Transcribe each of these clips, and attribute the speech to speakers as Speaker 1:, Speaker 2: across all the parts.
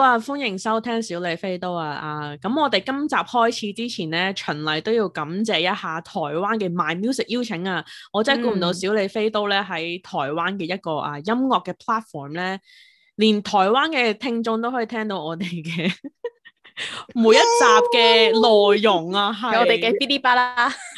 Speaker 1: 啊，歡迎收聽小李飛刀啊！啊，咁我哋今集開始之前咧，循例都要感謝一下台灣嘅 My Music 邀請啊！我真係估唔到
Speaker 2: 嗯
Speaker 1: 小李飛刀咧喺台灣嘅一個啊音樂嘅 platform 咧，連台灣嘅聽眾都可以聽到我哋嘅每一集嘅內容啊，係
Speaker 2: 有我哋嘅哔哩吧啦，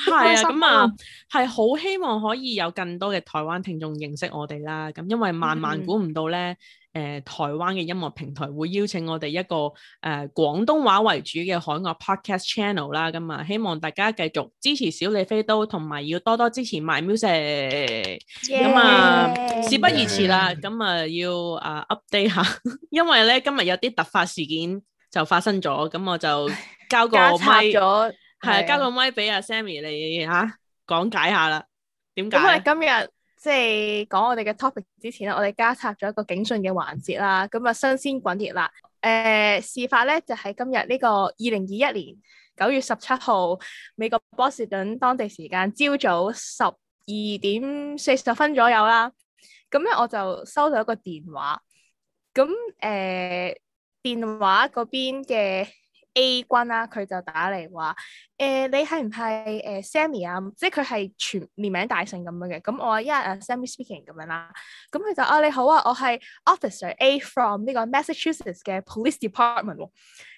Speaker 1: 係啊，
Speaker 2: 開心
Speaker 1: 咁啊，係好希望可以有更多嘅台灣聽眾認識我哋啦。咁因為萬萬
Speaker 2: 嗯
Speaker 1: 估唔到咧，誒、台灣嘅音樂平台會邀請我哋一個誒、呃、廣東話為主嘅海外 podcast channel 啦。咁啊，希望大家繼續支持小李飛刀，同埋要多多支持 My Music。咁啊事不宜遲啦，咁啊要啊 update 下，因為咧今日有啲突發事件就發生咗，咁我就交個
Speaker 2: 加插
Speaker 1: 咪。
Speaker 2: 咗，
Speaker 1: 系啊，交個咪俾阿 Sammy 你吓講解下啦，點解
Speaker 2: 咁我
Speaker 1: 呢？
Speaker 2: 哋今日即係講我哋嘅 topic 之前咧，我哋加插咗一個警訊嘅環節啦。咁啊，新鮮滾熱辣。誒、事發咧就係、今日呢個二零二一年九月十七號，美國波士頓當地時間朝早十二點四十分左右啦。咁咧我就收到一個電話，咁誒、電話嗰邊嘅 A 君啦，佢就打嚟話。誒、你係唔係誒 Sammy 啊？即係佢係全連名大姓咁樣嘅。咁我話一啊 Sammy speaking 咁樣啦。咁佢就啊你好啊，我係 Officer A from 呢個 Massachusetts 嘅 Police Department 喎。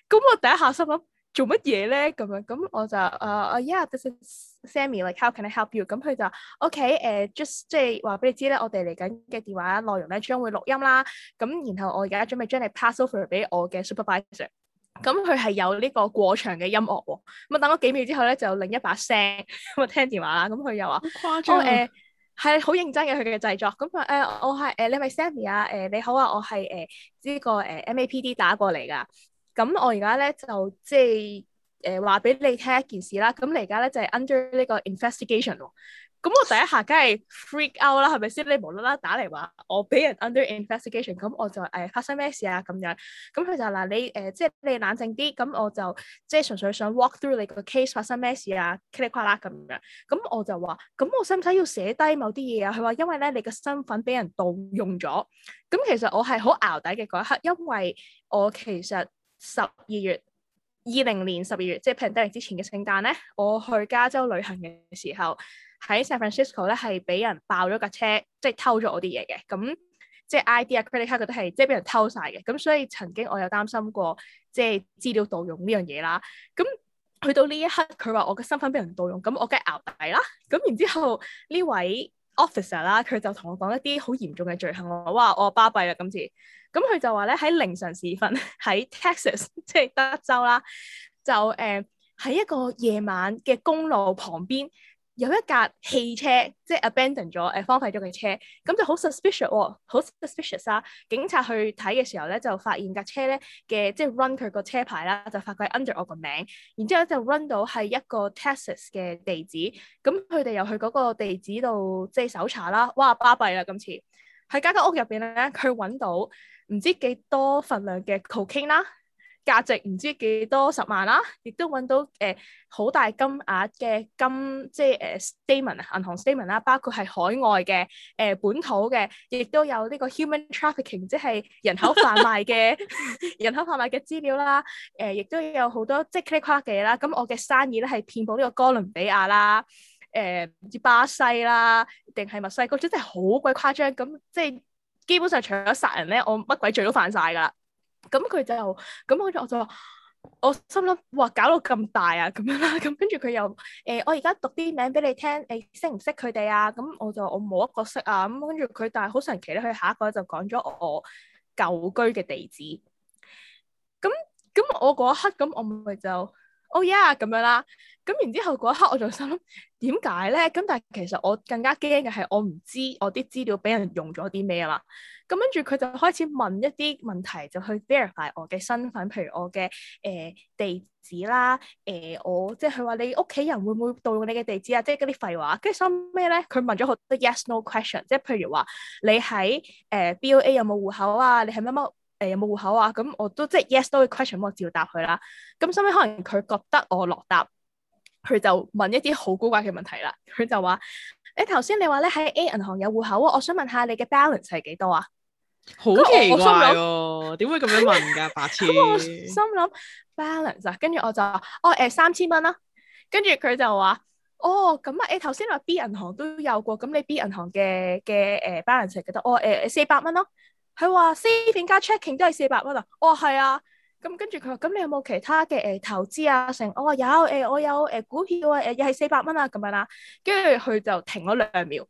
Speaker 2: 咁我第一下心諗做乜嘢咧？咁樣咁我就啊啊 yeah this is Sammy like how can I help you？咁佢就 OK 誒、just 即係話俾你知咧，我哋嚟緊嘅電話內容咧將會錄音啦。咁然後我而家準備將你 pass over 俾我嘅 supervisor。咁佢係有呢個過場嘅音樂喎。咁啊，等咗幾秒之後咧，就有另一把聲咁啊聽電話啦。咁佢又話：
Speaker 1: 好誇
Speaker 2: 哦
Speaker 1: 張啊
Speaker 2: 誒，係好認真嘅佢嘅製作。咁佢誒，我係誒，你係咪 Sammy 啊？誒，你好啊，我係誒呢個誒 MAPD 打過嚟㗎。咁我而家咧就即係誒話俾你聽一件事啦。咁你而家咧就係 under 呢個 investigation 喎。咁我第一下梗係 freak out 啦，係咪先？你無啦啦打嚟話我俾人 under investigation，咁我就誒、發生咩事啊咁樣。咁佢就嗱你誒、即係你冷靜啲，咁我就即係純粹想 walk through 你個 case 發生咩事啊，噼里啪啦咁樣。咁我就話，咁我使唔使要寫低某啲嘢啊？佢話因為咧你嘅身份俾人盜用咗。咁其實我係好淆底嘅嗰一刻，因為我其實十二月。二零年十二月，即係 pandemic 之前嘅聖誕咧，我去加州旅行嘅時候，喺 San Francisco 咧係俾人爆咗架車，即係偷咗我啲嘢嘅。咁即係 ID 啊、credit card 嗰啲係即係俾人偷晒嘅。咁所以曾經我有擔心過，即係資料盜用呢樣嘢啦。咁去到呢一刻，佢話我嘅身份俾人盜用，咁我梗係淆底啦。咁然之後呢位 officer 啦，佢就同我講一啲好嚴重嘅罪行喎。哇！我巴閉啦今次。咁佢就話咧喺凌晨時分 喺 Texas 即係德州啦，就誒喺、一個夜晚嘅公路旁邊。有一架汽車即係 abandon 咗，誒、呃荒廢咗嘅車，咁就好 suspicious 喎、好 suspicious 啦、警察去睇嘅時候咧，就發現架車咧嘅即係 run 佢個車牌啦，就發覺係 under 我個名，然之後就 run 到係一個 Texas 嘅地址，咁佢哋又去嗰個地址度即係搜查啦，哇巴閉啦今次！喺間間屋入邊咧，佢揾到唔知幾多份量嘅 cocaine 啦，價值唔知幾多十萬啦，亦都揾到誒好、大金額嘅金，即係誒、statement 啊，銀行 statement 啦，包括係海外嘅誒、呃本土嘅，亦都有呢個 human trafficking，即係人口販賣嘅 人口販賣嘅資料啦，誒、呃亦都有好多即係 click 嘅嘢啦。咁我嘅生意咧係遍佈呢個哥倫比亞啦。誒、唔知巴西啦，定係墨西哥，真係好鬼誇張。咁即係基本上除咗殺人咧，我乜鬼罪都犯晒㗎啦。咁佢就咁，跟住我就話，我心諗哇，搞到咁大啊，咁樣啦。咁跟住佢又誒、我而家讀啲名俾你聽，你識唔識佢哋啊？咁我就我冇一個識啊。咁跟住佢，但係好神奇咧，佢下一個就講咗我舊居嘅地址。咁咁我嗰一刻咁，我咪就哦 yeah 咁樣啦。咁然之後嗰一刻我就心諗。點解咧？咁但係其實我更加驚嘅係我唔知我啲資料俾人用咗啲咩啊嘛。咁跟住佢就開始問一啲問題，就去 verify 我嘅身份，譬如我嘅誒、呃地址啦，誒、我即係佢話你屋企人會唔會盜用你嘅地址啊？即係嗰啲廢話。跟住收尾咧，佢問咗好多 yes no question，即係譬如話你喺誒、呃 BOA 有冇戶口啊？你係乜乜？誒有冇戶口啊？咁我都即係 yes no question，我照答佢啦。咁收尾可能佢覺得我落答，佢就問一啲好古怪嘅問題啦。佢就話：你頭先你話咧喺 A 銀行有戶口啊，我想問下你嘅 balance 係幾多啊？
Speaker 1: 好
Speaker 2: 咁我
Speaker 1: 奇
Speaker 2: 我心
Speaker 1: 怪
Speaker 2: 諗
Speaker 1: 喎，點會咁樣問㗎，白痴？
Speaker 2: 我 心諗 balance 啊，跟住我就話哦誒三千蚊啦，跟住佢就話哦咁啊誒頭先話 B 銀行都有過，咁你 B 銀行嘅嘅誒 balance 係幾多？哦誒四百蚊咯，佢話 saving 加 checking 都係四百蚊啊，哦係啊。咁跟住佢話：咁你有冇其他嘅誒、投資啊？成我話有誒、我有誒、股票啊誒、又係四百蚊啊咁樣啦。跟住佢就停咗兩秒，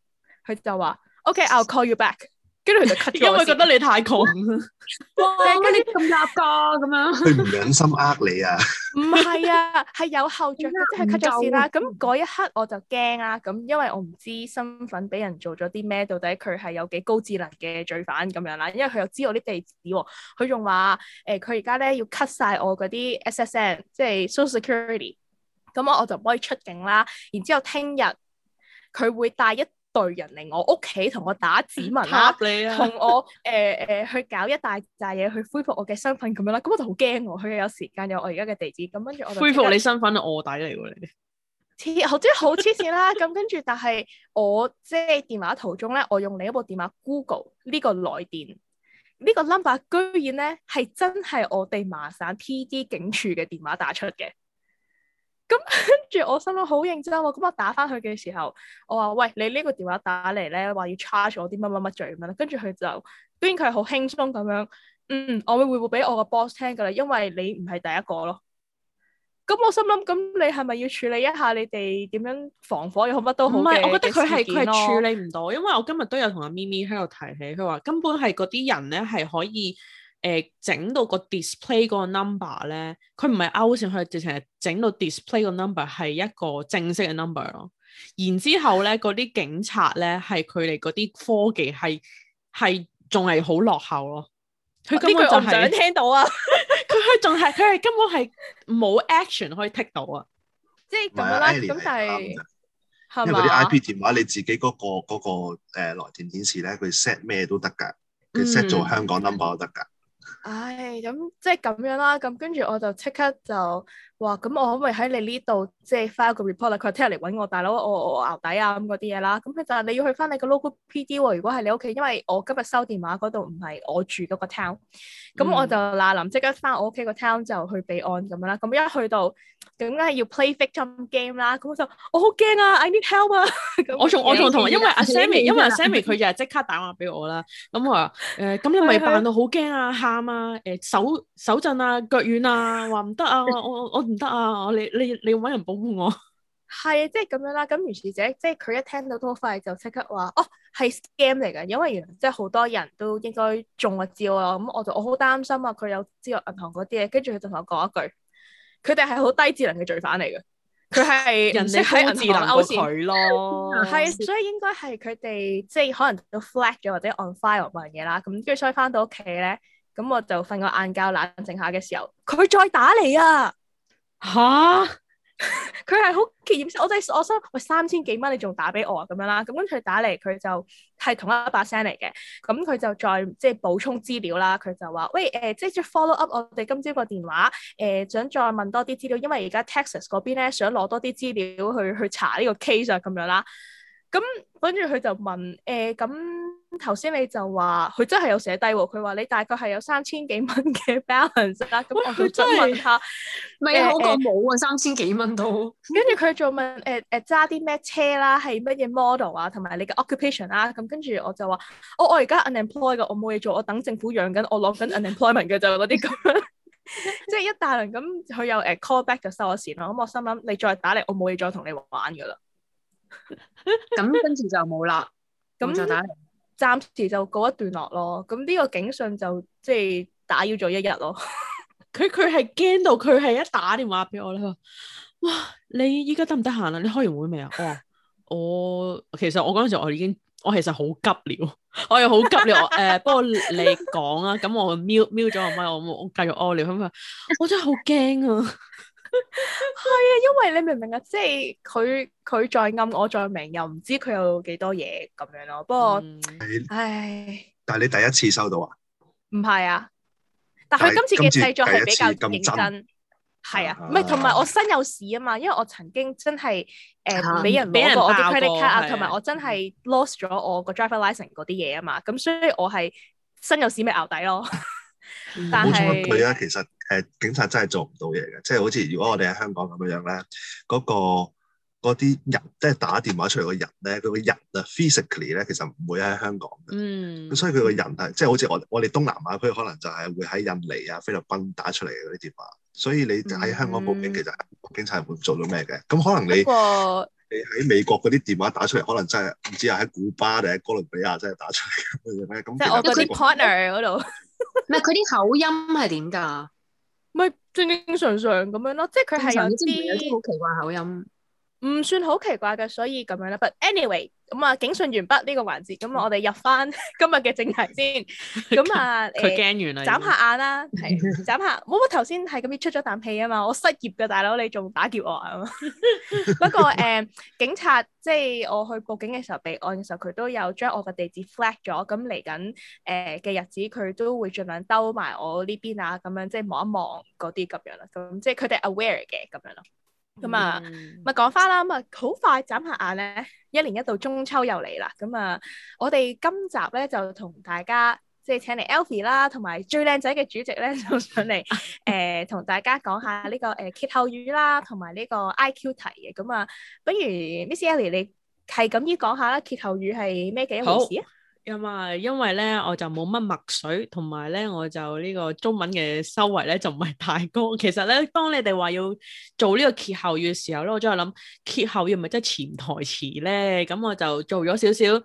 Speaker 2: 佢就話：OK，I'll、call you back。跟住佢就 cut 咗
Speaker 1: 因
Speaker 2: 我
Speaker 1: 為
Speaker 2: 線。
Speaker 1: 覺得你太窮， 哇
Speaker 2: 跟住
Speaker 1: 咁夾㗎咁樣。
Speaker 3: 佢唔忍心呃你啊，
Speaker 2: 唔 係啊，係有後着嘅，即係 cut 咗線啦。
Speaker 1: 唔夠
Speaker 2: 咁
Speaker 1: 啊
Speaker 2: 嗰一刻我就驚啦，咁因為我唔知身份俾人做咗啲咩，到底佢係有幾高智能嘅罪犯咁樣啦。因為佢又知我啲地址喎，佢仲話誒佢而家咧要 cut 晒我嗰啲 SSN，即係 Social Security。咁我我就唔可以出境啦。然之後聽日佢會帶一隊人嚟我屋企同我打指紋啦
Speaker 1: 塔。你啊！
Speaker 2: 同我誒誒去搞一大扎嘢，去恢復我嘅身份咁樣啦。咁我就好驚喎，佢又有時間有我而家嘅地址，咁跟住我就
Speaker 1: 恢復你身份係啊卧底嚟喎，你
Speaker 2: 即刻黐，好即係好黐線啦。咁跟住，但係我即係電話途中咧，我用另一部電話 Google 呢個來電。呢個 number 居然咧係真係我哋麻省 P.D. 警署嘅電話打出嘅，咁 跟住我心諗好認真喎，咁我打翻去嘅時候，我話喂你呢個電話打嚟咧話要 charge 我啲乜乜乜罪咁樣啦，跟住佢就居然佢係好輕鬆咁樣，嗯，我會匯報俾我個 boss 聽㗎啦，因為你唔係第一個咯。咁我心諗，咁你係咪要處理一下你哋點樣防火又好乜都好
Speaker 1: 唔係，
Speaker 2: 嘅
Speaker 1: 我覺得佢係
Speaker 2: 嘅事
Speaker 1: 佢
Speaker 2: 件咯
Speaker 1: 係處理唔到，因為我今日都有同阿咪咪喺度提起，佢話根本係嗰啲人咧係可以誒整、到個 display 嗰個 number 咧，佢唔係勾線，佢直情係整到 display 個 number 係一個正式嘅 number 咯。然之後咧，嗰啲警察咧係佢哋嗰啲科技係係仲係好落後咯。佢根
Speaker 2: 呢
Speaker 1: 本
Speaker 2: 句
Speaker 1: 就
Speaker 2: 我唔想
Speaker 1: 係
Speaker 2: 聽到啊！
Speaker 1: 佢 佢仲係佢係根本係冇 action 可以 take 到啊！
Speaker 2: 即係
Speaker 3: 唔
Speaker 2: 咁樣
Speaker 3: 係啊
Speaker 2: 啦，
Speaker 3: Alien
Speaker 2: 咁但係
Speaker 3: 啱㗎
Speaker 2: 係
Speaker 3: 因為嗰啲
Speaker 2: 嘛
Speaker 3: I P 電話你自己嗰、個嗰、個誒來電顯示咧，佢 set 咩都得㗎，佢 set 做
Speaker 1: 嗯
Speaker 3: 香港 number 都得㗎。
Speaker 2: 唉，咁即係咁樣啦，咁跟住我就即刻就話，咁我可唔可以喺你呢度即係 file 個 report 啦？佢話聽日嚟揾我，大佬我我牛底啊咁嗰啲嘢啦。咁佢就話你要去翻你個 local PD 喎，如果係你屋企，因為我今日收電話嗰度唔係我住嗰個 town，咁我
Speaker 1: 嗯
Speaker 2: 就嗱臨即刻翻我屋企個 town 就去備案咁樣啦。咁一去到，咁梗係要 play victim game 啦。咁我就我好驚啊，I need help 啊！咁
Speaker 1: 我仲我仲同，因為阿
Speaker 2: 自己自己
Speaker 1: Sammy，因為阿
Speaker 2: 啦
Speaker 1: Sammy 佢就係即刻打電話俾我啦。咁我話誒，咁、你咪
Speaker 2: 係係
Speaker 1: 扮到好驚啊、喊啊、誒、手手震啊、腳軟啊，話唔得啊，我我我唔得啊，我你你你揾人保護我。
Speaker 2: 係，即係咁樣啦。咁如是者，即係佢一聽到都好快就即刻話：哦，係 scam 嚟嘅。因為原來即係好多人都應該中咗招啊。咁我就我好擔心啊，佢有知道銀行嗰啲嘢。跟住佢就同我講一句：佢哋係好低智能嘅罪犯嚟嘅。佢係
Speaker 1: 人
Speaker 2: 唔識
Speaker 1: 哋
Speaker 2: 喺
Speaker 1: 高智
Speaker 2: 銀
Speaker 1: 能
Speaker 2: 行勾
Speaker 1: 過
Speaker 2: 線。
Speaker 1: 佢咯，
Speaker 2: 係，所以應該係佢哋即係可能都 flag 咗或者 on file 嗰樣嘢啦。咁跟住所以翻到屋企咧，咁我就瞓個晏覺冷靜下嘅時候，佢再打嚟啊！
Speaker 1: 吓
Speaker 2: 佢係好企掩我真係我心諗喂三千幾蚊你仲打俾我啊咁樣啦，咁跟住佢打嚟佢就係同一把聲嚟嘅，咁佢就再即係補充資料啦，佢就話喂誒、即係 follow up 我哋今朝個電話誒、想再問多啲資料，因為而家 Texas 嗰邊咧想攞多啲資料去去查呢個 case 啊咁樣啦，咁跟住佢就問誒咁頭先你就話佢真係有寫低喎，佢話你大概係有三千幾蚊嘅 balance 啦，咁
Speaker 1: 喂
Speaker 2: 我
Speaker 1: 佢
Speaker 2: 就
Speaker 1: 真
Speaker 2: 想
Speaker 1: 係
Speaker 2: 問下。
Speaker 4: 唔係
Speaker 2: 誒
Speaker 4: 啊，好過冇啊，三千幾蚊都。
Speaker 2: 跟住佢仲問誒誒揸啲咩車啦，係乜嘢 model 啊，同埋你嘅 occupation 啦。咁跟住我就話：哦我我而家 unemployed 嘅，我冇嘢做，我等政府養緊，我攞緊 unemployment 嘅就嗰啲咁樣。 即係一大輪咁，佢又誒 call back 就收咗線咯。咁我心諗你再打嚟，我冇嘢再同你玩噶啦。
Speaker 4: 咁跟住就冇啦。咁就
Speaker 2: 咁
Speaker 4: 打嚟。
Speaker 2: 暫時就告一段落咯。咁呢個警訊就即係打擾咗一日咯。
Speaker 1: 佢佢係驚到佢係一打電話俾我咧，佢話哇你依家得唔得閒啊？你開完會未啊？我話我其實我嗰陣時我已經我其實好急了，我又好急了。我誒、 不過你講啊，咁我瞄瞄咗個咪，我我繼續屙尿咁佢話我真係好驚啊！
Speaker 2: 係啊，因為你明唔明啊？即係佢佢再暗，我再明，又唔知佢有幾多嘢咁樣咯。不過
Speaker 1: 嗯
Speaker 2: 唉。
Speaker 3: 但係你第一次收到啊？
Speaker 2: 唔係啊，但
Speaker 3: 但係
Speaker 2: 佢今次嘅
Speaker 3: 今次
Speaker 2: 製作係比較
Speaker 3: 第一
Speaker 2: 認
Speaker 3: 次咁真
Speaker 2: 真，係啊，
Speaker 3: 啊
Speaker 2: 唔係同埋我身有事啊嘛，因為我曾經真係
Speaker 4: 啊
Speaker 2: 誒俾人
Speaker 1: 俾人
Speaker 2: 攞過我
Speaker 1: 爆
Speaker 2: 啲
Speaker 1: 過
Speaker 2: credit card
Speaker 1: 係啊
Speaker 2: 啊，同埋我真係 lost 咗我個 driver license 嗰啲嘢啊嘛，咁所以我係身有屎味熬底咯。但
Speaker 1: 嗯
Speaker 3: 好
Speaker 2: 係
Speaker 3: 彩佢啊，其實誒警察真係做唔到嘢嘅，即係好似如果我哋喺香港咁樣樣咧，嗰、個嗰啲人即係打電話出嚟個人咧，佢個人啊 physically 咧，其實唔會喺香港嘅。
Speaker 1: 嗯
Speaker 3: 咁所以佢個人係即係好似我我哋東南亞區可能就係會喺印尼啊、菲律賓打出嚟嘅嗰啲電話，所以你喺香港報警
Speaker 1: 嗯
Speaker 3: 其實警察係會做到咩嘅？咁可 能
Speaker 2: 不
Speaker 3: 你
Speaker 2: 過
Speaker 3: 你喺美國嗰啲電話打出嚟，可能真係唔知啊係喺古巴定喺哥倫比亞真係打出嚟咁樣咧。咁
Speaker 2: 即係我
Speaker 3: 其
Speaker 2: 嗰
Speaker 3: 實
Speaker 2: 啲
Speaker 3: 美國
Speaker 2: partner 嗰度，
Speaker 4: 唔係佢啲口音係點㗎？
Speaker 2: 咪正正常常咁樣咯。即係佢係有
Speaker 4: 有啲
Speaker 2: 啲
Speaker 4: 好奇怪口音。
Speaker 2: 唔算好奇怪嘅，所以咁樣啦。But anyway，咁啊，警訊完畢呢個環節，咁啊我哋入翻 今日嘅正題先。咁 啊，
Speaker 1: 佢
Speaker 2: 誒，
Speaker 1: 驚完啦，
Speaker 2: 眨下眼啦，係眨下。冇我頭先係咁樣出咗啖氣啊嘛，我失業嘅大佬，你仲打劫我啊？ 不過誒，警察即係我去報警嘅時候備案嘅時候，佢都有將我嘅地址 flag 咗。咁嚟緊誒嘅日子，佢都會盡量兜埋我呢邊啊，咁樣即係望一望嗰啲咁樣啦。咁即係佢哋 aware 嘅咁樣咯。咁啊。
Speaker 1: 嗯
Speaker 2: 咪講翻啦，咁啊好快眨下眼咧，一年一度中秋又嚟啦。咁啊，我哋今集咧就同大家即係請嚟 Alfie 啦，同埋最靚仔嘅主席咧 就上 嚟誒同大家講下呢、個誒、歇後語啦，同埋呢個 IQ 題嘅。咁啊，不如 Miss Ellie 你係咁依講下啦，歇後語係咩嘅一
Speaker 1: 好
Speaker 2: 回事啊？
Speaker 1: 因啊，因為咧我就冇乜墨水，同埋咧我就呢個中文嘅修為咧就唔係太高。其實咧，當你哋話要做呢個歇後語嘅時候咧，我真係諗歇後語咪即係潛台詞咧。咁我就做咗少少誒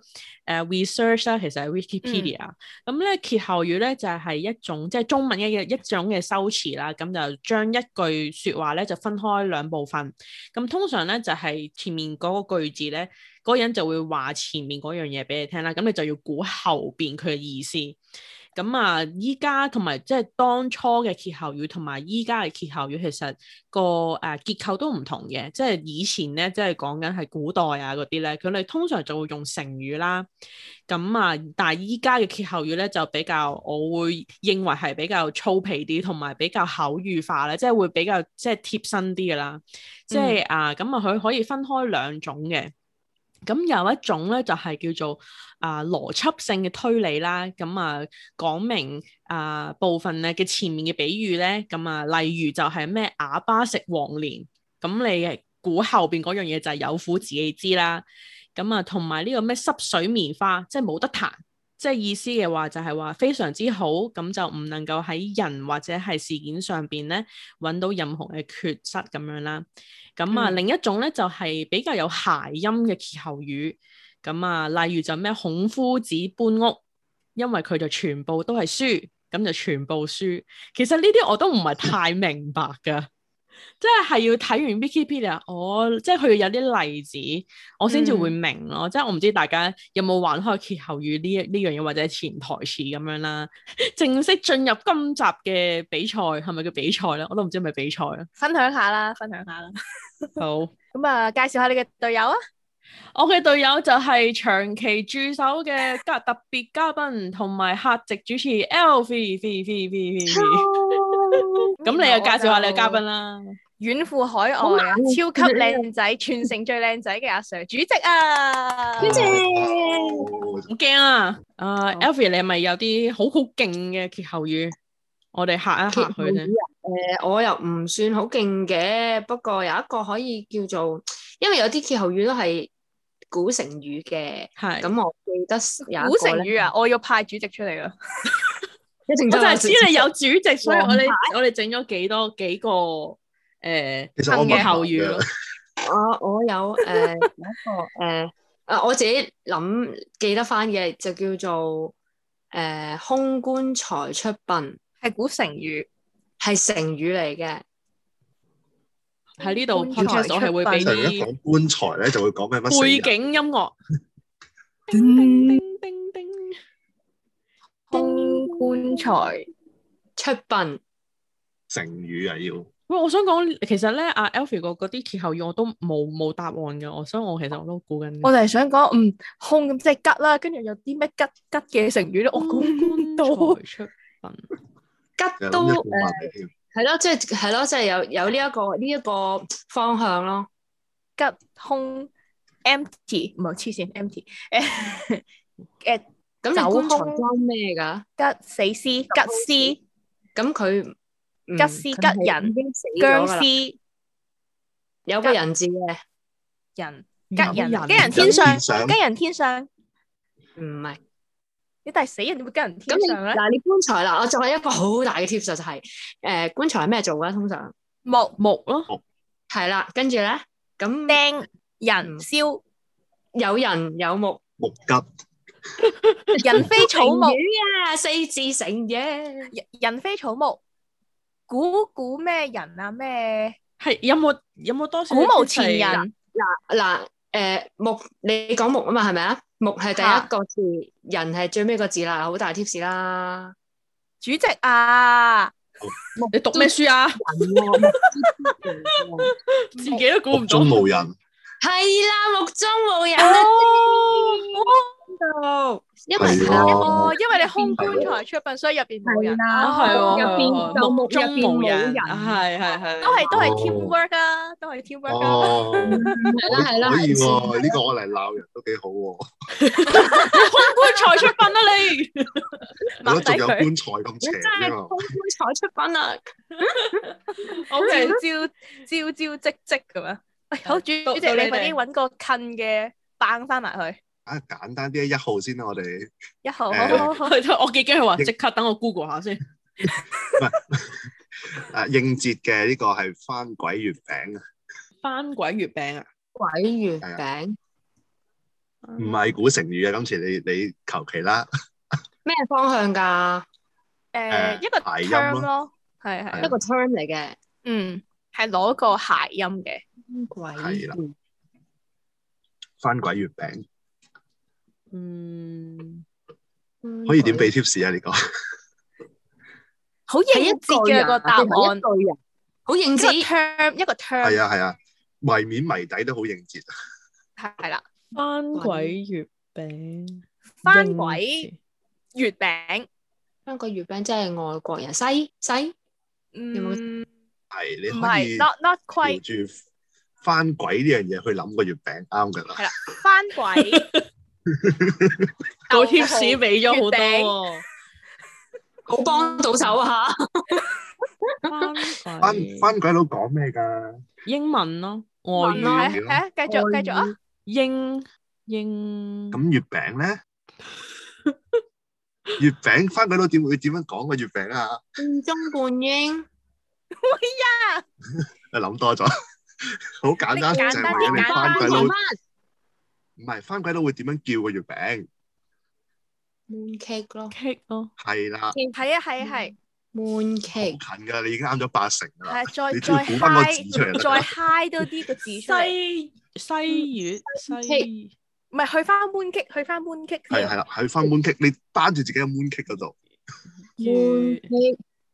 Speaker 1: research 啦，其實係 Wikipedia。咁咧歇後語咧就係、一種即係中文嘅一種嘅修辭啦。咁就將一句説話咧就分開兩部分。咁通常咧就係、前面嗰個句子咧。嗰個人就會話前面嗰樣嘢俾你聽啦，咁你就要估後邊佢嘅意思。咁啊，依家同埋即係當初嘅歇後語同埋依家嘅歇後語，其實個誒、呃、結構都唔同嘅。即係以前咧，即係講緊係古代啊嗰啲咧，佢哋通常就會用成語啦。咁啊，但係依家嘅歇後語咧就比較，我會認為係比較粗鄙啲，同埋比較口語化咧，即係會比較即係貼身啲嘅啦。即係、啊，咁啊，佢可以分開兩種嘅。咁有一種咧就係、叫做啊、邏輯性嘅推理啦，咁啊講明啊部分咧嘅前面嘅比喻咧，咁啊例如就係咩啞巴食黃連，咁你係估後邊嗰樣嘢就係有苦自己知啦。咁啊同埋呢個咩濕水棉花，即係冇得彈，即係意思嘅話就係話非常之好，咁就唔能夠喺人或者係事件上邊咧揾到任何嘅缺失咁樣啦。咁啊，
Speaker 2: 嗯
Speaker 1: 另一種咧就係、比較有諧音嘅歇後語。咁啊，例如就咩孔夫子搬屋，因為佢就全部都係書，咁就全部書。其實呢啲我都唔係太明白㗎， 即係係要睇完 Wikipedia，我即係佢有啲例子，我先至會明咯。即係我唔知大家有冇玩開歇後語呢一呢樣嘢或者潛台詞咁樣啦。 正式進入今集嘅比賽係咪叫比賽咧？我都唔知係咪比賽啦。
Speaker 2: 分享下啦，分享下啦。
Speaker 1: 好。
Speaker 2: 咁啊，介紹下你嘅隊友啊。
Speaker 1: 我嘅隊友就係長期駐守嘅嘉特別嘉賓同埋客席主持 Alfie，Fee Fee Fee Fee 咁你又介紹下你嘅嘉賓啦。
Speaker 2: 遠赴海外
Speaker 4: 好猛
Speaker 2: 啊，
Speaker 4: 啊
Speaker 2: 超級靚仔，全城最靚仔嘅阿 Sir 主席啊！
Speaker 4: 主席
Speaker 3: 哦
Speaker 1: 唔驚啊！啊 Alfie，你係咪有啲好好勁嘅歇後語？我哋嚇一嚇佢啫。
Speaker 4: 誒，我又唔算好勁嘅，不過有一個可以叫做，因為有啲歇後語都係古成語嘅。
Speaker 1: 係，
Speaker 4: 咁我記得有一
Speaker 2: 古
Speaker 4: 個
Speaker 2: 成
Speaker 4: 咧，
Speaker 2: 語啊，我要派主席出嚟啊啦。
Speaker 4: 一定
Speaker 1: 我就係知你有主席，所以我
Speaker 4: 王
Speaker 1: 哋我哋整咗幾多幾個誒
Speaker 3: 其實我
Speaker 1: 歇
Speaker 2: 幸嘅
Speaker 3: 問啊
Speaker 1: 後
Speaker 3: 後
Speaker 1: 語咯
Speaker 3: 語。
Speaker 4: 我我有呃誒有一個誒啊我自己諗記得翻嘅就叫做誒空棺材出殯，
Speaker 2: 係古成語，
Speaker 4: 係成語嚟嘅。
Speaker 1: 喺呢度
Speaker 2: 棺材
Speaker 1: podcast 我係會俾
Speaker 2: 出
Speaker 3: 通常一
Speaker 1: 啲
Speaker 3: 講棺材咧就會講咩乜死
Speaker 1: 背
Speaker 3: 人
Speaker 1: 景音樂。
Speaker 4: 嗯
Speaker 1: 叮叮叮
Speaker 2: 空棺材
Speaker 4: 出殯
Speaker 3: 成語啊要。
Speaker 1: 喂，我想講，其實咧，阿 Alfie 個嗰啲歇後語我都冇冇答案嘅，我所以我其實我都估緊。
Speaker 2: 我哋係想講，嗯，空咁即係吉啦，跟住有啲咩吉吉嘅成語咧，我估唔到。
Speaker 1: 棺材出殯，
Speaker 4: 吉
Speaker 3: 又諗
Speaker 4: 都
Speaker 3: 一
Speaker 4: 誒
Speaker 3: 個問你添，
Speaker 4: 係咯，即係係咯，即係有有呢一個呢一個方向咯。
Speaker 2: 吉空 empty 唔係黐線 empty 誒誒
Speaker 4: 咁咁
Speaker 2: 走
Speaker 4: 你棺材
Speaker 2: 空
Speaker 4: 裝咩㗎？
Speaker 2: 吉死屍、吉
Speaker 4: 咁佢嗯
Speaker 2: 吉屍
Speaker 4: 佢係
Speaker 2: 吉人
Speaker 4: 已經死
Speaker 2: 屍、
Speaker 4: 咗
Speaker 2: 僵
Speaker 4: 㗎啦
Speaker 2: 屍
Speaker 4: 有個人字嘅，
Speaker 2: 人、
Speaker 1: 有
Speaker 2: 吉人、
Speaker 1: 人
Speaker 2: 吉人天上、
Speaker 3: 天上
Speaker 2: 吉人天上，
Speaker 4: 唔係。
Speaker 2: 你但係死人點會吉人
Speaker 4: 咁
Speaker 2: 天
Speaker 4: 你
Speaker 2: 上咧？
Speaker 4: 嗱，你棺材啦，我仲有一個好大嘅 tips 就係、誒棺材係咩做嘅？通常
Speaker 2: 木
Speaker 1: 木咯，
Speaker 4: 係啦，跟住咧咁
Speaker 2: 釘人
Speaker 4: 嗯
Speaker 2: 燒
Speaker 4: 有人有木，
Speaker 3: 木吉
Speaker 2: 人非草
Speaker 4: 成
Speaker 2: 木，
Speaker 4: 語啊，四字成語，
Speaker 2: 人人非草木，估估咩人啊咩？
Speaker 1: 係有冇有冇多少
Speaker 2: 古無
Speaker 1: 啲
Speaker 2: 前
Speaker 1: 係
Speaker 2: 人，
Speaker 4: 嗱誒、木，你講木啊嘛，係咪啊？木係第
Speaker 2: 嚇
Speaker 4: 一個字，人係最尾個字啦，好大 tips 啦。
Speaker 2: 主席啊，
Speaker 1: 你讀咩書啊？
Speaker 4: 人喎木
Speaker 1: 自
Speaker 4: 之人喎
Speaker 1: 己都估
Speaker 3: 木
Speaker 1: 唔到
Speaker 3: 中。無人，
Speaker 4: 係啦，目中無人啊
Speaker 1: 哦，
Speaker 4: 度，因為
Speaker 3: 係
Speaker 4: 係
Speaker 3: 喎
Speaker 4: 啦
Speaker 2: 哦，因為你空棺材出品，所以入邊冇
Speaker 1: 係
Speaker 2: 人
Speaker 4: 係啦啊
Speaker 2: 哦
Speaker 1: 喎，
Speaker 4: 入邊
Speaker 1: 係
Speaker 4: 就
Speaker 1: 喎
Speaker 4: 木
Speaker 1: 目
Speaker 4: 入
Speaker 1: 中
Speaker 4: 邊
Speaker 1: 無
Speaker 4: 冇
Speaker 1: 人，
Speaker 4: 人
Speaker 1: 係係係，
Speaker 2: 都係都係
Speaker 3: 哦
Speaker 2: teamwork 啊，都係 teamwork 啊。
Speaker 3: 哦，
Speaker 4: 係啦係啦，
Speaker 3: 可以
Speaker 4: 係
Speaker 3: 喎，呢個我嚟鬧人都幾好喎，
Speaker 1: 棺材出品啦你。
Speaker 3: 我啊覺得仲
Speaker 2: 抹低佢
Speaker 3: 有棺材咁
Speaker 4: 你
Speaker 3: 邪
Speaker 4: 真係
Speaker 3: 添
Speaker 4: 空
Speaker 3: 啊！
Speaker 4: 棺材出品啊！
Speaker 1: O
Speaker 2: 朝
Speaker 1: K，
Speaker 2: 朝朝朝夕夕咁
Speaker 4: 啊
Speaker 2: 樣。喂， 好主主席，你
Speaker 1: 到到你
Speaker 2: 快
Speaker 1: 哋
Speaker 2: 啲揾個近嘅掹翻埋去
Speaker 3: 啊，簡單啲一號先啦，我哋
Speaker 2: 一號，好
Speaker 3: 誒
Speaker 2: 好好 好。
Speaker 1: 我幾驚佢話即刻等我 Google 下先。
Speaker 3: 啊應節嘅呢個係翻鬼月餅啊，
Speaker 1: 翻鬼月餅啊！
Speaker 4: 鬼月餅
Speaker 3: 唔係古成語啊，今次你你求其啦，
Speaker 4: 咩方向㗎？
Speaker 2: 誒
Speaker 3: 誒
Speaker 2: 一個
Speaker 3: 諧音
Speaker 2: term
Speaker 3: 咯
Speaker 2: 咯，係係
Speaker 3: 係
Speaker 4: 一個 term 嚟嘅。
Speaker 2: 嗯係攞個諧音嘅。
Speaker 4: 鬼
Speaker 3: 係啦
Speaker 4: 月
Speaker 3: 翻鬼月餅
Speaker 1: 嗯，
Speaker 3: 可以點俾 tips 啊？呢個
Speaker 2: 好應
Speaker 4: 係一
Speaker 2: 節
Speaker 4: 個
Speaker 2: 嘅
Speaker 4: 人啊
Speaker 2: 個答案，一
Speaker 4: 係咪
Speaker 2: 個
Speaker 4: 一個人好應節，
Speaker 2: term 一個 term
Speaker 3: 係啊係啊，謎面謎底都好應節啊，
Speaker 2: 係啦，
Speaker 1: 翻鬼月餅，
Speaker 2: 翻鬼月餅，
Speaker 4: 香港月餅即係外國人西西冇
Speaker 2: 嗯，唔
Speaker 3: 係你可
Speaker 2: 係
Speaker 3: 以
Speaker 2: not not quite
Speaker 3: 調住翻鬼呢樣嘢去諗個月餅啱㗎啦。
Speaker 2: 係啦，翻 鬼
Speaker 1: 個
Speaker 2: 逗
Speaker 1: tips
Speaker 2: 號
Speaker 1: 俾咗好
Speaker 2: 月餅
Speaker 1: 多喎。
Speaker 4: 好幫到手啊！
Speaker 1: 翻
Speaker 3: 翻
Speaker 1: 鬼
Speaker 3: 翻鬼佬講咩㗎？
Speaker 1: 英文咯，外
Speaker 3: 文
Speaker 1: 語
Speaker 3: 咯
Speaker 2: 係係啊，繼續繼續啊！
Speaker 1: 英英
Speaker 3: 咁月餅咧？月餅翻鬼佬點會點樣講個月餅啊？
Speaker 4: 半中半英，
Speaker 3: 啊諗多咗，好簡單，
Speaker 2: 你
Speaker 3: 就
Speaker 2: 簡單
Speaker 3: 係
Speaker 2: 你
Speaker 3: 為咗你
Speaker 2: 簡
Speaker 3: 翻
Speaker 2: 單
Speaker 3: 鬼佬
Speaker 4: 做乜
Speaker 3: 唔係翻鬼佬會點樣叫個月餅？
Speaker 4: ？moon cake 咯
Speaker 1: cake 咯，
Speaker 3: 係啦，好
Speaker 2: 係啊係啊係，
Speaker 4: ，moon
Speaker 3: 近
Speaker 4: cake
Speaker 3: 㗎啦，你已經啱咗八成㗎啦。
Speaker 2: 係再
Speaker 3: 你只要
Speaker 2: 再
Speaker 3: 估翻個字
Speaker 2: high
Speaker 3: 出嚟就得
Speaker 2: 再
Speaker 3: 啦
Speaker 2: high 多啲個字出嚟，
Speaker 1: 西西月西
Speaker 4: cake
Speaker 2: 唔係去翻 moon kick，去翻 moon kick
Speaker 3: 係係啦，去翻 moon cake，你班住自己嘅 moon cake 嗰度，
Speaker 4: moon
Speaker 1: 月
Speaker 4: cake，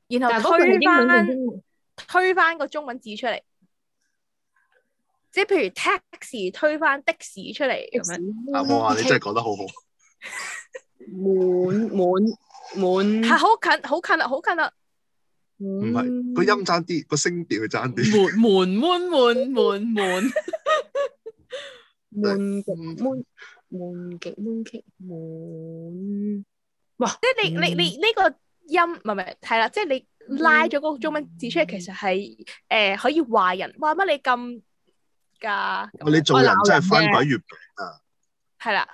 Speaker 2: 添，然
Speaker 4: 但係
Speaker 2: 後
Speaker 4: 嗰個係
Speaker 2: 推
Speaker 4: 英文定
Speaker 2: 翻
Speaker 4: 英文
Speaker 2: 推翻個中文字出嚟，即係譬如 taxi 推翻的士出嚟咁樣，
Speaker 3: 啊
Speaker 4: 嗯
Speaker 3: 哇！你真係講得好好，
Speaker 4: 滿滿滿
Speaker 2: 係好近好近啦好近啦，
Speaker 4: 唔
Speaker 3: 唔係個音爭啲，個聲調爭啲。
Speaker 1: 門門門門門
Speaker 4: 滿極
Speaker 3: 嗯
Speaker 4: 滿滿極滿極滿，
Speaker 2: 即係你你
Speaker 4: 嗯
Speaker 2: 你呢個音唔係唔係係啦，即係你拉咗嗰個中文字出嚟，其實係誒可以話人，話乜你咁㗎？
Speaker 3: 哇你做人真係翻鬼月餅，
Speaker 2: 係啦，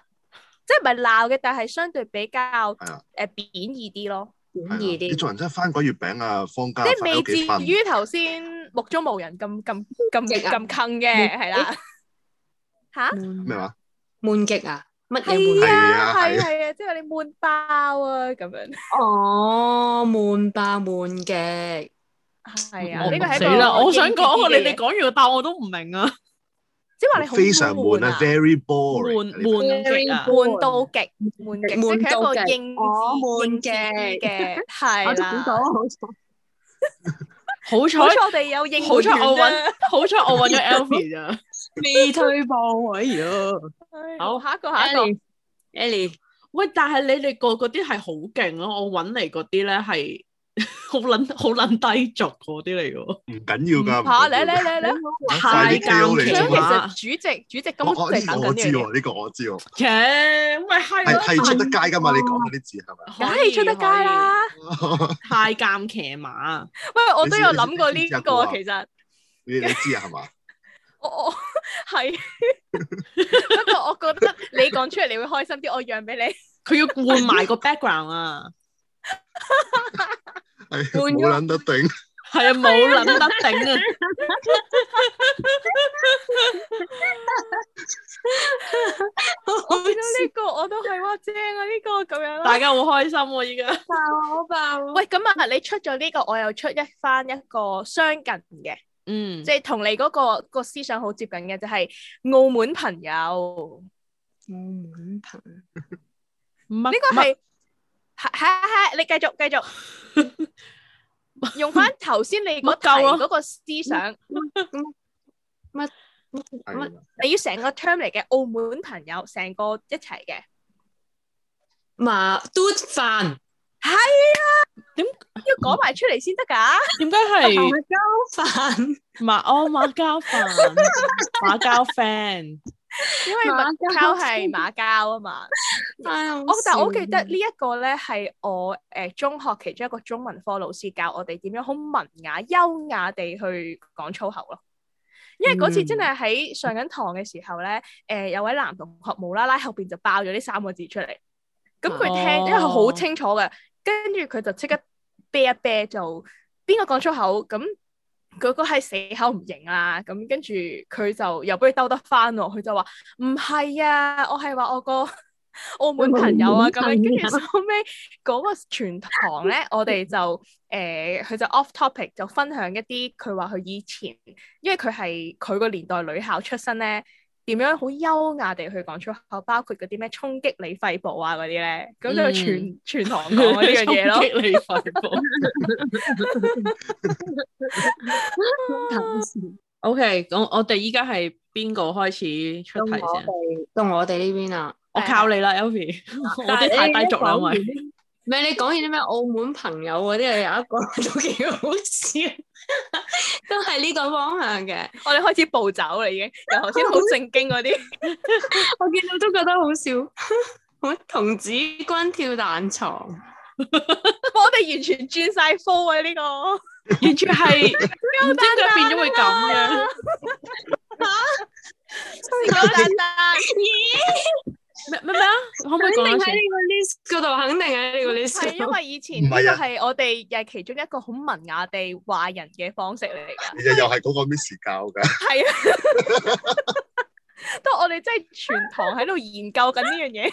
Speaker 2: 即係唔係鬧嘅，但係相對比較誒
Speaker 3: 係啦
Speaker 2: 貶義啲咯，
Speaker 3: 係啦啊
Speaker 4: 滿意
Speaker 3: 你
Speaker 4: 啲，
Speaker 3: 做人真係翻鬼月餅啊！放假
Speaker 2: 即係
Speaker 3: 翻
Speaker 2: 未
Speaker 3: 屋企
Speaker 2: 至
Speaker 3: 瞓，
Speaker 2: 於頭先目中無人咁咁咁
Speaker 4: 直啊
Speaker 2: 咁坑嘅，係啦。吓？
Speaker 3: 咩
Speaker 4: 滿
Speaker 3: 話？
Speaker 4: 滿極啊！乜嘢
Speaker 2: 係
Speaker 4: 滿？
Speaker 2: 啊，係
Speaker 3: 係啊
Speaker 2: 啊係啊，即係你悶爆啊咁樣。
Speaker 4: 哦，滿吧滿極，
Speaker 2: 係啊，
Speaker 1: 我
Speaker 2: 呢個係一
Speaker 1: 死
Speaker 2: 個
Speaker 1: 啦！我想
Speaker 2: 講
Speaker 1: 講，你哋講完個答案我都唔明啊，
Speaker 2: 即係話你好
Speaker 3: 非常悶
Speaker 2: 悶
Speaker 3: 啊，very boring
Speaker 1: 門
Speaker 3: 啊。你明唔明
Speaker 1: 門 cake 啊，
Speaker 2: 悶到極，悶極，即
Speaker 4: 悶
Speaker 2: 係佢一
Speaker 4: 到
Speaker 2: 個
Speaker 4: 極
Speaker 2: 應
Speaker 4: 哦
Speaker 2: 節應
Speaker 4: 悶極
Speaker 2: 節嘅，係啦。
Speaker 4: 我
Speaker 1: 好
Speaker 2: 好
Speaker 1: 彩
Speaker 2: 彩我哋有應
Speaker 1: 好彩我
Speaker 2: 援
Speaker 1: 揾好彩我揾咗 Alfie 咋。
Speaker 4: 未退步，哎呀
Speaker 2: 啦
Speaker 4: 好
Speaker 2: 好下一個下一個，
Speaker 4: ，Ellie，Ellie，
Speaker 1: 喂，但係你哋個嗰啲係好勁咯，我揾嚟嗰啲咧係 好撚好撚低俗嗰啲嚟嘅
Speaker 3: 唔緊要㗎。唔
Speaker 2: 吓，
Speaker 3: 緊
Speaker 2: 嚟
Speaker 3: 要㗎
Speaker 2: 嚟嚟嚟，
Speaker 1: 喎，
Speaker 3: 快
Speaker 1: 太
Speaker 3: 啲 KO
Speaker 1: 尷
Speaker 3: 你做
Speaker 1: 尬啦
Speaker 2: 咁！其實主席主席
Speaker 3: 我
Speaker 2: 咁
Speaker 3: 我
Speaker 2: 就
Speaker 3: 呢
Speaker 2: 係
Speaker 3: 個
Speaker 2: 等
Speaker 3: 我
Speaker 2: 緊呢
Speaker 3: 知
Speaker 2: 樣嘢，
Speaker 3: 喎，呢個我知喎，
Speaker 1: 嘅，喂
Speaker 3: 係
Speaker 1: 係
Speaker 3: 係出得
Speaker 1: 街，
Speaker 3: 街㗎嘛？你
Speaker 2: 哦
Speaker 3: 講嗰啲字係咪？
Speaker 1: 可
Speaker 2: 梗
Speaker 1: 以
Speaker 2: 係出得街！啦。
Speaker 1: 可以太監騎馬，
Speaker 2: 喂，我都有諗過
Speaker 3: 你
Speaker 2: 呢
Speaker 3: 知你知
Speaker 2: 個啊，
Speaker 3: 你
Speaker 2: 其實
Speaker 3: 你你知啊係嘛？
Speaker 2: 我我係，不過我覺得你講出嚟你會開心啲，我讓俾你。
Speaker 1: 佢要換埋個 background 啊！
Speaker 3: 係
Speaker 4: 換咗
Speaker 3: 哎冇撚得頂。
Speaker 1: 係啊，冇諗得頂啊！
Speaker 2: 我見到呢個我都係哇正啊呢個咁樣啦
Speaker 1: 大。家好開心喎，依家
Speaker 4: 爆爆
Speaker 2: 喂，咁啊，你出咗呢個，我又出一翻一個相近嘅，
Speaker 1: 嗯，
Speaker 2: 即係同你嗰個個思想好接近嘅，就係澳門朋友。
Speaker 4: 澳門朋友
Speaker 1: 呢
Speaker 2: 呢個係係係係，你繼續 繼續用翻頭先你嗰
Speaker 1: 乜鳩咯
Speaker 2: 題嗰個思想，
Speaker 3: 係
Speaker 2: 啊
Speaker 3: 啊啦
Speaker 2: 你要成個 term 嚟嘅澳門朋友，成個一齊嘅。
Speaker 4: 麻嘟飯，
Speaker 2: 係啊，
Speaker 1: 點
Speaker 2: 要講埋出嚟先得㗎？
Speaker 1: 點解係
Speaker 4: 交飯，
Speaker 1: 馬哦馬交飯 馬交 friend？
Speaker 2: 因為
Speaker 4: 馬
Speaker 2: 麥
Speaker 4: 交
Speaker 2: 交係馬交啊嘛。我
Speaker 4: 我
Speaker 2: 但我記
Speaker 4: 啊
Speaker 2: 得呢一個咧係我誒、呃中學其中一個中文科老師教我哋點樣好文雅、優雅地去講粗口咯。因為嗰次真係喺上緊堂嘅時候咧，誒、有位男同學無啦啦後邊就爆咗呢三個字出嚟，咁佢聽，
Speaker 1: 哦
Speaker 2: 因為佢好清楚嘅，跟住佢就即刻啤一啤就邊個講粗口咁。佢個係死口唔認啦，咁跟住佢就又俾佢兜得翻喎，佢就話唔係啊，我係話我 個澳門朋友啊，咁樣跟住收尾嗰個全堂 咧，我哋就誒佢、就 off topic 就分享一啲佢話佢以前，因為佢係佢個年代女校出身咧，點樣好優雅地去講出口，包括嗰啲咩衝擊你肺部啊嗰啲咧，咁就全、全堂講呢樣 嘢 咯
Speaker 1: 衝。擊你肺部。O K，咁我哋依家係邊個開始出
Speaker 4: 到
Speaker 1: 題
Speaker 4: 我
Speaker 1: 先？
Speaker 4: 哋到我哋呢邊啦，
Speaker 1: 我靠你啦，Elvy，我啲太低俗啦，因為
Speaker 4: 唔係你講完啲咩澳門朋友嗰啲，有一個都幾好笑，都係呢個方向嘅。
Speaker 2: 我哋開始暴走啦已經，由頭先好正經 嗰啲。
Speaker 4: 我見到都覺得好笑。我童子軍跳彈床，
Speaker 2: 我哋完全轉晒 f 啊！呢、個
Speaker 1: 完全 係唔知點解變咗會咁嘅。
Speaker 2: 時間單單，
Speaker 1: 咩咩咩啊？可唔可以
Speaker 4: 肯定
Speaker 1: 講多
Speaker 4: 喺呢
Speaker 1: 次？
Speaker 4: 個 list 嗰度，肯定喺呢個 list
Speaker 2: 係
Speaker 4: 嗰
Speaker 2: 因
Speaker 4: 度。
Speaker 2: 為以前
Speaker 3: 唔
Speaker 2: 呢個
Speaker 3: 係啊
Speaker 2: 係我哋又係其中一個好文雅地話人嘅方式嚟 㗎。
Speaker 3: 其實又係嗰個 Miss 教㗎，
Speaker 2: 係啊，都我哋真係全堂喺度研究緊呢樣嘢。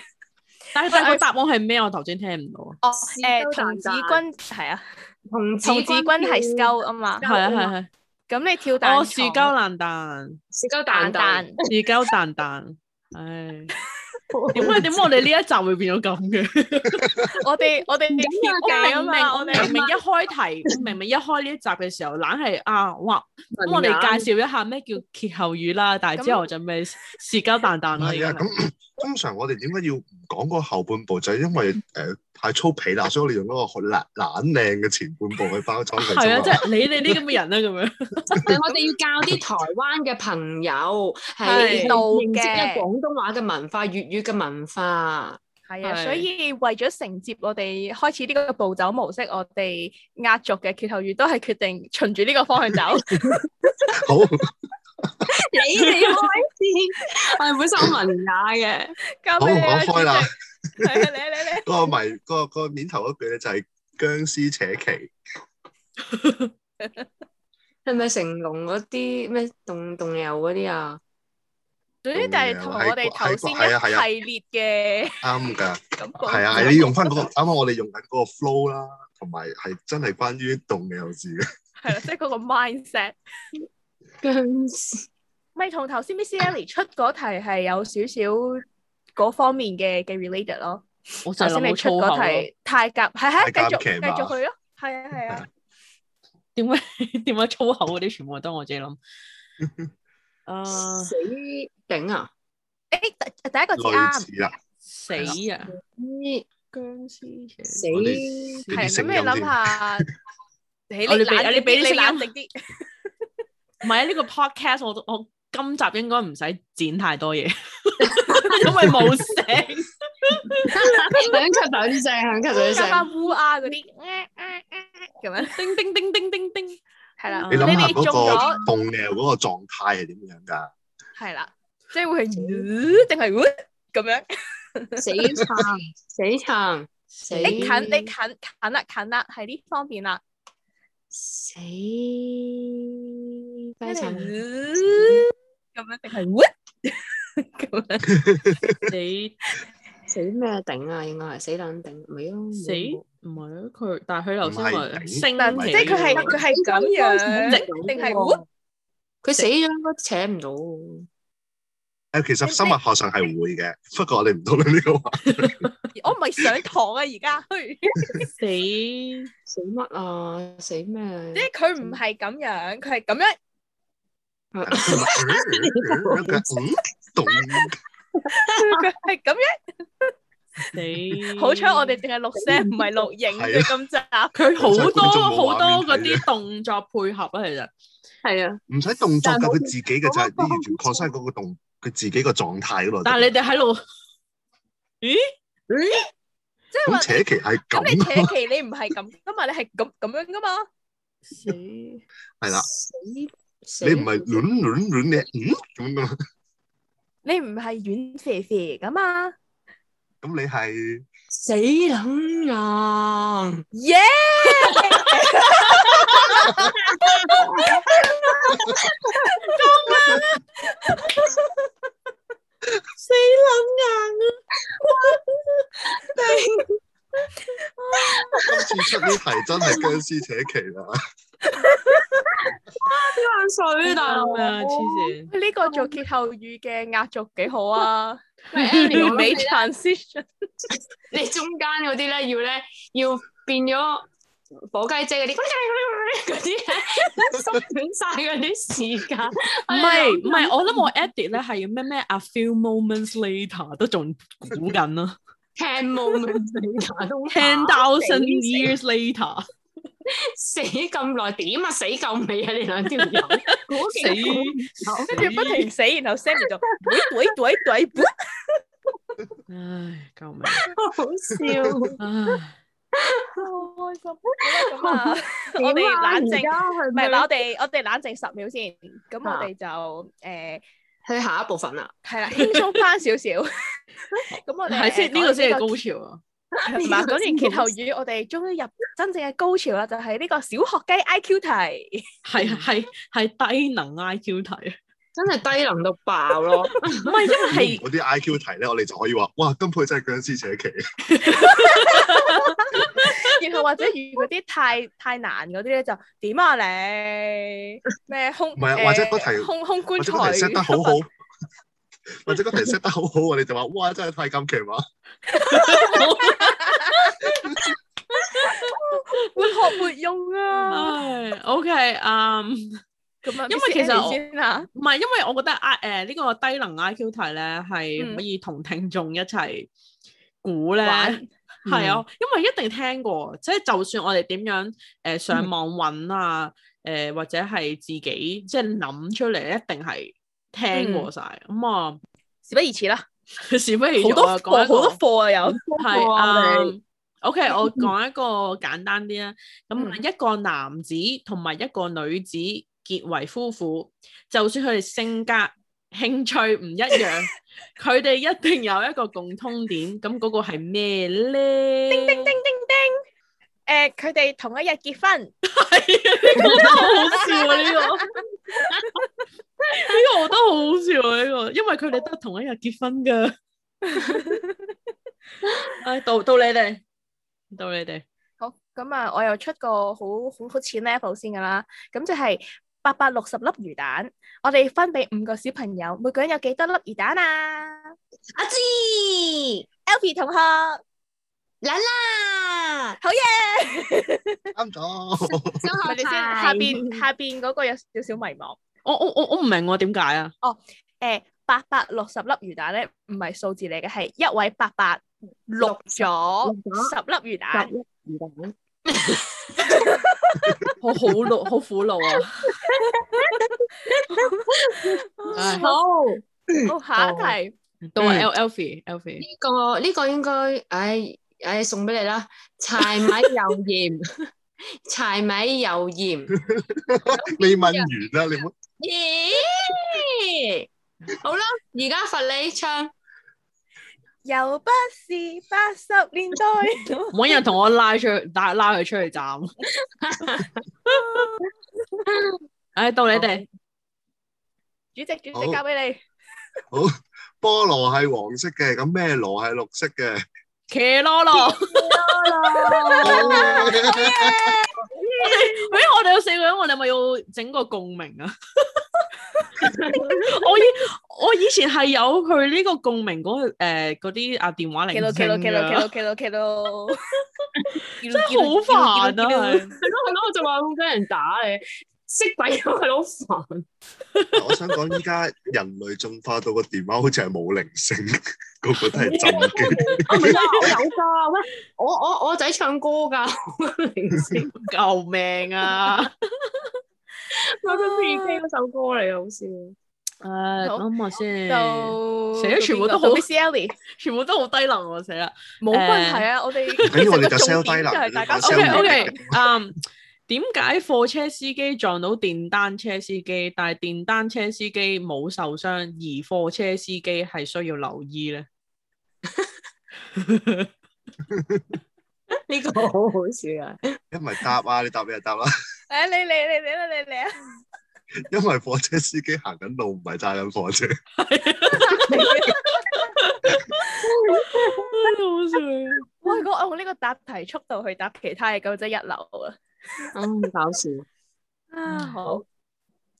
Speaker 1: 但係但係個答案係咩？我頭先聽唔到啊。
Speaker 2: 哦，
Speaker 4: 士
Speaker 2: 誒
Speaker 4: 多
Speaker 2: 童
Speaker 4: 蛋
Speaker 2: 子
Speaker 4: 蛋
Speaker 2: 軍係啊，
Speaker 4: 童子
Speaker 2: 童子軍係 s c
Speaker 4: 跳
Speaker 2: o 啊嘛。
Speaker 1: 係啊係係。
Speaker 2: 咁你跳蛋
Speaker 1: 我哦樹鳩爛蛋。
Speaker 4: 士
Speaker 2: 蛋
Speaker 4: 鳩
Speaker 2: 蛋
Speaker 4: 蛋蛋，，
Speaker 1: 自鳩蛋蛋，唉，點解點解我哋呢一集會變咗咁嘅？
Speaker 2: 我哋我哋
Speaker 1: 我
Speaker 2: 貼地啊
Speaker 1: 明明
Speaker 2: 嘛，
Speaker 1: 我
Speaker 2: 我
Speaker 1: 明
Speaker 2: 哋
Speaker 1: 明一開題，明明一開呢一集嘅時候，懶係啊，哇！咁我哋介紹一下咩叫歇後語啦，但係之後就咪是鳩蛋蛋
Speaker 3: 唔
Speaker 1: 啦，已
Speaker 3: 係
Speaker 1: 經
Speaker 3: 啊。
Speaker 1: 係。
Speaker 3: 咁通常我哋點解要唔講嗰後半部，就係因為誒太粗鄙啦，所以我哋用嗰個好懶懶靚嘅前半部去包裝佢
Speaker 1: 係啊，
Speaker 3: 啫
Speaker 1: 即
Speaker 3: 嘛。
Speaker 1: 係你哋呢咁嘅人啦，咁樣
Speaker 4: 但係我哋要教啲台灣嘅朋友
Speaker 1: 係
Speaker 4: 係認識咧廣東話嘅文化、粵語嘅文化。
Speaker 2: 係啊，
Speaker 1: 係
Speaker 2: 所以為咗承接我哋開始呢個步走模式，我哋壓軸嘅歇後語都係決定循住呢個方向 走。
Speaker 3: 好，
Speaker 4: 你哋 開始，我係本身好文雅嘅，
Speaker 2: 交
Speaker 3: 好
Speaker 2: 俾你啊啦，
Speaker 3: 講開啦
Speaker 2: 主席。係啊，你你你，
Speaker 3: 嗰個咪嗰個嗰個面頭嗰句咧就係僵屍扯旗，
Speaker 4: 係咪成龍嗰啲咩動動遊嗰啲啊？
Speaker 2: 總之就係同我哋頭先
Speaker 3: 係啊係啊
Speaker 2: 一系列嘅
Speaker 3: 啱㗎。
Speaker 2: 感覺。
Speaker 3: 係啊，係你用翻嗰個啱啱我哋用緊嗰個 flow 啦，同埋係真係關於動嘅有字嘅。
Speaker 2: 係啦，即係嗰個 mindset。
Speaker 4: 僵屍
Speaker 2: 咪同頭先 Miss Ellie 出嗰題係有少少嗰方面嘅嘅 related 咯。
Speaker 1: 我就
Speaker 2: 頭
Speaker 1: 係
Speaker 2: 先你
Speaker 1: 諗
Speaker 2: 出
Speaker 1: 粗口
Speaker 2: 嗰
Speaker 1: 咯。
Speaker 2: 題太夾，係係
Speaker 3: 太夾
Speaker 2: 繼續
Speaker 3: 騎
Speaker 2: 繼
Speaker 3: 馬
Speaker 2: 續去咯。係啊係啊，
Speaker 1: 點解點解粗口嗰啲全部都我自己 諗？
Speaker 2: 呃
Speaker 1: 啊，
Speaker 4: 死頂啊！
Speaker 2: 誒第第一個字
Speaker 3: 類
Speaker 2: 啱。
Speaker 3: 似啦，
Speaker 1: 死啊！
Speaker 4: 啲
Speaker 1: 僵屍
Speaker 4: 死
Speaker 3: 我哋
Speaker 2: 係
Speaker 3: 啲聲
Speaker 2: 咁，
Speaker 3: 音
Speaker 2: 你諗下你
Speaker 1: 我哋俾
Speaker 2: 冷靜
Speaker 1: 你俾啲聲音
Speaker 2: 冷靜啲，
Speaker 1: 唔係啊，呢個 podcast 我都我今集應該唔使剪太多嘢， 因為冇聲。
Speaker 4: 響出等聲，響出
Speaker 2: 加
Speaker 4: 等聲。
Speaker 2: 翻烏鴉嗰啲咁樣，
Speaker 1: 叮叮叮叮叮叮，
Speaker 2: 係啦，
Speaker 3: 你
Speaker 1: 諗
Speaker 3: 諗
Speaker 2: 呢啲
Speaker 3: 下嗰
Speaker 2: 中
Speaker 3: 個
Speaker 2: 咗
Speaker 3: 鳳嘅嗰個狀態係點樣㗎？
Speaker 2: 係啦，即係會係呃定係呃咁樣。
Speaker 4: 死撐，死撐，死
Speaker 2: 你近你近近啦近啦，係呢方面啦，
Speaker 4: 死雞
Speaker 2: 跟住呃
Speaker 4: 撐，
Speaker 2: 咁樣定係呃咁樣。
Speaker 1: 你
Speaker 4: 死咩頂啊？應該係死撚頂，唔係咯？
Speaker 1: 死唔係啊？佢但係佢頭先
Speaker 3: 唔係
Speaker 1: 話
Speaker 3: 頂
Speaker 1: 升
Speaker 2: 但
Speaker 1: 旗
Speaker 2: 即係佢係
Speaker 1: 喎
Speaker 2: 佢係咁樣，定係呃
Speaker 4: 佢死咗應該扯唔到。
Speaker 3: 誒，其實生物學上係會嘅，不過我哋唔討論呢個話。
Speaker 2: 我唔係上堂啊而 家，去
Speaker 1: 死即
Speaker 4: 死乜啊？死咩？
Speaker 2: 即係佢唔係咁樣，佢係 咁樣。
Speaker 3: 嗯懂
Speaker 2: 佢係咁樣，
Speaker 1: 死。
Speaker 2: 好彩我哋淨係錄聲，唔係錄影
Speaker 3: 係
Speaker 2: 嘅今集。
Speaker 1: 佢好多
Speaker 3: 觀眾冇
Speaker 1: 好
Speaker 3: 畫面
Speaker 1: 多嗰
Speaker 3: 睇啊
Speaker 1: 啲動作配合啊，其實
Speaker 4: 係啊，
Speaker 3: 唔使動作㗎，
Speaker 4: 但係冇
Speaker 3: 佢自己嘅就係你完全擴散嗰個動，佢自己個狀態嗰度。
Speaker 1: 但係你哋喺度
Speaker 2: 即係話
Speaker 3: 咁扯旗係
Speaker 2: 咁你
Speaker 3: 咁，
Speaker 2: 扯旗，你唔係咁噶嘛？你係咁咁樣噶嘛？
Speaker 1: 死
Speaker 3: 係啦，
Speaker 4: 死死
Speaker 3: 你唔係亂亂亂嘅，嗯咁㗎嘛
Speaker 2: 你唔係軟肥肥噶嘛
Speaker 3: 咁你係
Speaker 4: 死撚硬，
Speaker 2: 耶！
Speaker 1: 死撚
Speaker 3: 今次出呢題真係僵屍扯旗啦。
Speaker 4: 啲
Speaker 1: 硬
Speaker 4: 水大佬
Speaker 1: 啊！黐線，
Speaker 2: 呢個做歇後語嘅壓軸幾好啊！
Speaker 4: Annie，
Speaker 2: 完
Speaker 4: 我
Speaker 2: 美
Speaker 4: 諗
Speaker 2: transition，
Speaker 4: 你中間嗰啲咧，要咧要變咗火雞姐嗰啲嗰啲咧， 縮短晒嗰啲時間。
Speaker 1: 唔係唔係，我諗我 edit 咧係咩咩 a few moments later 都仲估緊 啦
Speaker 4: ten moments later 都
Speaker 1: ，ten thousand years later
Speaker 4: 死咁耐，點啊死夠未啊？你兩條友估
Speaker 1: 死
Speaker 4: 幾估
Speaker 1: 死
Speaker 2: 跟住不停死，然後 Sammy 就懟懟懟懟懟，
Speaker 1: 唉，救命！
Speaker 4: 好笑。
Speaker 1: 唉，
Speaker 2: 好開心。好啦咁啊，我
Speaker 4: 點
Speaker 2: 哋
Speaker 4: 啊
Speaker 2: 冷靜
Speaker 4: 而。家係
Speaker 2: 唔
Speaker 4: 咪
Speaker 2: 係，嗱我哋我哋冷靜十秒先，咁我哋就誒
Speaker 4: 去下一部分啦。
Speaker 2: 係啦，輕鬆翻少 少。咁我哋
Speaker 1: 係先呢個先係高
Speaker 2: 高
Speaker 1: 潮啊！
Speaker 2: 係嘛？講完歇後語，我哋終於入真正嘅高潮啦，就係呢個小學雞 I Q 題。
Speaker 1: 係係係低能 IQ 題，啊
Speaker 4: 真係低能到爆咯！
Speaker 1: 唔係因 為係
Speaker 3: 嗰啲 I Q 題咧，我哋就可以話：哇，今配真係僵屍扯旗。
Speaker 2: 然後或者如果啲太太難嗰啲咧，就點啊你咩空
Speaker 3: 唔係啊
Speaker 2: 誒
Speaker 3: 或者嗰題
Speaker 2: 空空
Speaker 3: 或
Speaker 2: 棺
Speaker 3: 者
Speaker 2: 材
Speaker 3: 嗰題 set 得好 好，或者嗰題 set 得好好，我哋就話：哇，真係太咁奇話。
Speaker 2: 活學活用啊！
Speaker 1: 唉，OK，嗯，
Speaker 2: 咁啊，
Speaker 1: 因為
Speaker 2: Miss
Speaker 1: 其實
Speaker 2: Annie
Speaker 1: 我
Speaker 2: 先啦，
Speaker 1: 唔係因為我覺得 I 誒呢個低能 IQ 題咧係
Speaker 2: 嗯
Speaker 1: 可以同聽眾一齊估咧，
Speaker 2: 玩
Speaker 1: 係啊，因為一定聽過，即係就算我哋點樣誒上網揾啊，誒或者係自己即係諗出嚟，一定係聽過晒。咁啊，
Speaker 2: 事不宜遲啦，
Speaker 1: 事不宜
Speaker 2: 好
Speaker 1: 遲，
Speaker 2: 多
Speaker 1: 我
Speaker 2: 課
Speaker 1: 講
Speaker 2: 好
Speaker 1: 一個
Speaker 2: 多課啊有。
Speaker 1: 係
Speaker 4: 啊
Speaker 1: 啊
Speaker 4: 你。
Speaker 1: OK，我講一個簡單啲啦。咁啊
Speaker 2: 嗯
Speaker 1: 一個男子同埋一個女子結為夫婦，就算佢哋性格、興趣唔一 樣，佢哋一定有一個共通點。咁嗰個係咩咧？叮叮叮，
Speaker 2: 诶，佢哋同一日結婚，
Speaker 1: 好笑啊！呢個 呢個我覺得好好笑啊！呢個，因為佢哋都係同一日結婚噶。 唉，到到你哋，到你哋。
Speaker 2: 好咁啊！我又出個好好好淺 level 先噶啦，咁就係八百六十粒魚蛋，我哋分俾五個小朋友，每個人有幾多粒魚蛋啊
Speaker 4: 阿芝，
Speaker 2: ？Alfie 同學，
Speaker 4: 啦啦，
Speaker 2: 好嘢！
Speaker 3: 啱咗，
Speaker 2: 咪
Speaker 4: 咪
Speaker 2: 你先，下 邊下邊嗰個有少少迷茫。
Speaker 1: 我我我我唔明我點解啊？
Speaker 2: 誒，八百六十粒魚蛋咧，唔係數字嚟嘅，係一位伯伯錄咗
Speaker 4: 錄咗
Speaker 2: 十粒魚蛋。
Speaker 4: 十一二蛋，
Speaker 1: 我好勞，好苦惱啊！唉
Speaker 4: 好，
Speaker 2: 好，下一題，
Speaker 1: 到啊
Speaker 4: 嗯
Speaker 1: L Elfi，Elfi，
Speaker 4: 呢個呢個應該，唉唉，送俾你啦，柴米油鹽， 柴米油鹽。
Speaker 3: 你問完啦，你唔好
Speaker 4: 耶！好啦，而家罰你唱，
Speaker 2: 又不是八十年 代。
Speaker 1: 搵人同我拉出去，拉拉佢出去 斬。唉，到你哋，
Speaker 2: 主席，主
Speaker 3: 好
Speaker 2: 席交俾你。
Speaker 3: 菠蘿係黃色嘅，咁咩蘿係綠色嘅？
Speaker 1: 騎咯咯。喂，我哋有四個人，我哋咪要整個共鳴啊！ 我以我以前係有佢呢個共鳴嗰誒嗰啲啊電話嚟
Speaker 2: 企到企到 企
Speaker 1: ờ.
Speaker 2: 到企到企到企到，真
Speaker 1: 好煩啊！係
Speaker 4: 係咯係咯，我就話會俾人打你，識鬼咗係好煩。
Speaker 3: 我想講依家人類進化到個電話好似係冇靈性，個個 都係震嘅。
Speaker 4: 啊唔係啊，我有㗎，喂，我我我 仔唱歌㗎，零四
Speaker 1: 救命 啊！
Speaker 4: 我都 P K 嗰首歌嚟啊，好笑。
Speaker 1: 誒，諗下先，
Speaker 2: 就
Speaker 1: 死啦全部都好
Speaker 2: C L 冇
Speaker 1: 全部都好低能喎，死啦！Ờ.
Speaker 2: 問題啊！我哋
Speaker 3: 唔緊要我哋就
Speaker 2: 其實
Speaker 3: sell
Speaker 2: 個重
Speaker 3: 低
Speaker 2: 點
Speaker 3: 能
Speaker 2: 就係大家
Speaker 3: sell
Speaker 1: OK
Speaker 3: 低能
Speaker 1: OK，嗯，點解貨車司機撞到電單車司機，但係電單車司機冇受傷，而貨車司機係需要留醫 咧？
Speaker 4: 呢個好好笑啊！
Speaker 3: 因為答啊，你答你就答啦。
Speaker 2: 誒，你你你你啦，你你啊！
Speaker 3: 因為貨車司機行緊路，唔係揸緊貨車。
Speaker 1: 好笑啊！
Speaker 2: 我係講我用呢個答題速度去答其他嘢，咁真係一流啊！
Speaker 4: 啊，搞笑。
Speaker 1: À,
Speaker 2: 啊好，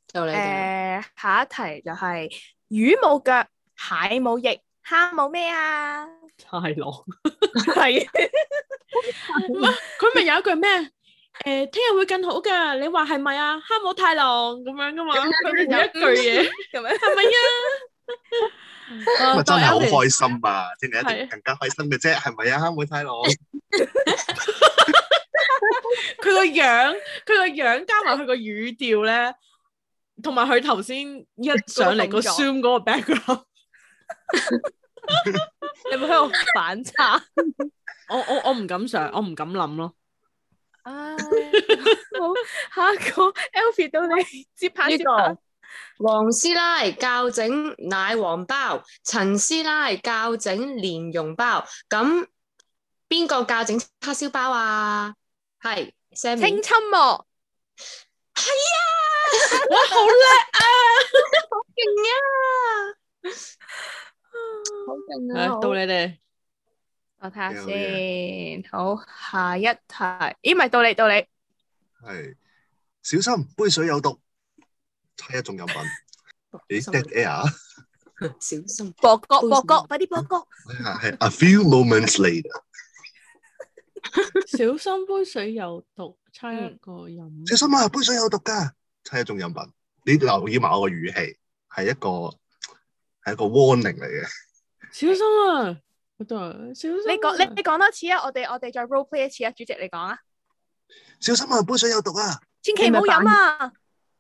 Speaker 4: 就你哋啦，
Speaker 2: 誒下一題就係魚冇腳，蟹冇翼，蝦冇咩啊？
Speaker 1: 太狼，
Speaker 2: 係
Speaker 1: 佢咪有一句咩？誒，聽日會更好㗎，你話係咪啊？哈姆太郎咁樣㗎嘛，佢咪有一句嘢，
Speaker 2: 咁 樣。
Speaker 1: 係咪啊？
Speaker 3: 咁
Speaker 1: 啊
Speaker 3: 啊真係好
Speaker 1: 到 Elvis
Speaker 3: 開心啊！聽日一定
Speaker 1: 係
Speaker 3: 更加開心嘅啫，係咪啊？妹睇佬，
Speaker 1: 佢個樣，佢個樣加埋佢個語調咧，同埋佢頭先一上嚟個
Speaker 2: 嗰個動作
Speaker 1: Zoom 嗰個 background，
Speaker 2: 你咪喺度反 差
Speaker 1: 我我我唔敢想，我唔敢諗咯。
Speaker 2: 啊！好，下一個 Alfie 到 你接拍
Speaker 4: 呢
Speaker 2: 接拍
Speaker 4: 個。黃師奶教整奶黃包，陳師奶教整蓮蓉包，咁邊個教整叉燒包啊？係 Sammy，
Speaker 2: 清侵喎，
Speaker 1: 哇，好叻！
Speaker 4: 勁啊！好勁啊！
Speaker 1: 唉到你哋，
Speaker 2: 我睇下
Speaker 3: 有
Speaker 2: 先。好，下一題，咦，唔係到你到你，
Speaker 3: 係小心杯水有毒，猜一種飲品。咦
Speaker 4: 小
Speaker 3: ，dead
Speaker 4: 心
Speaker 3: air 啊
Speaker 4: 小心，
Speaker 2: 博角博角，快啲博角。
Speaker 3: 係 a few moments later。
Speaker 1: 小心杯水有毒，猜一個飲。
Speaker 3: 小心啊，杯水有毒㗎，猜一種飲品。你留意埋我個語氣，係一個係一個 warning 嚟嘅。
Speaker 1: 小心啊！我都話小心啊。
Speaker 2: 你講你你講多次啊！我哋我哋再 role play 一次啊！主席你講啊，
Speaker 3: 小心啊，杯水有毒啊！
Speaker 2: 千祈唔好飲啊！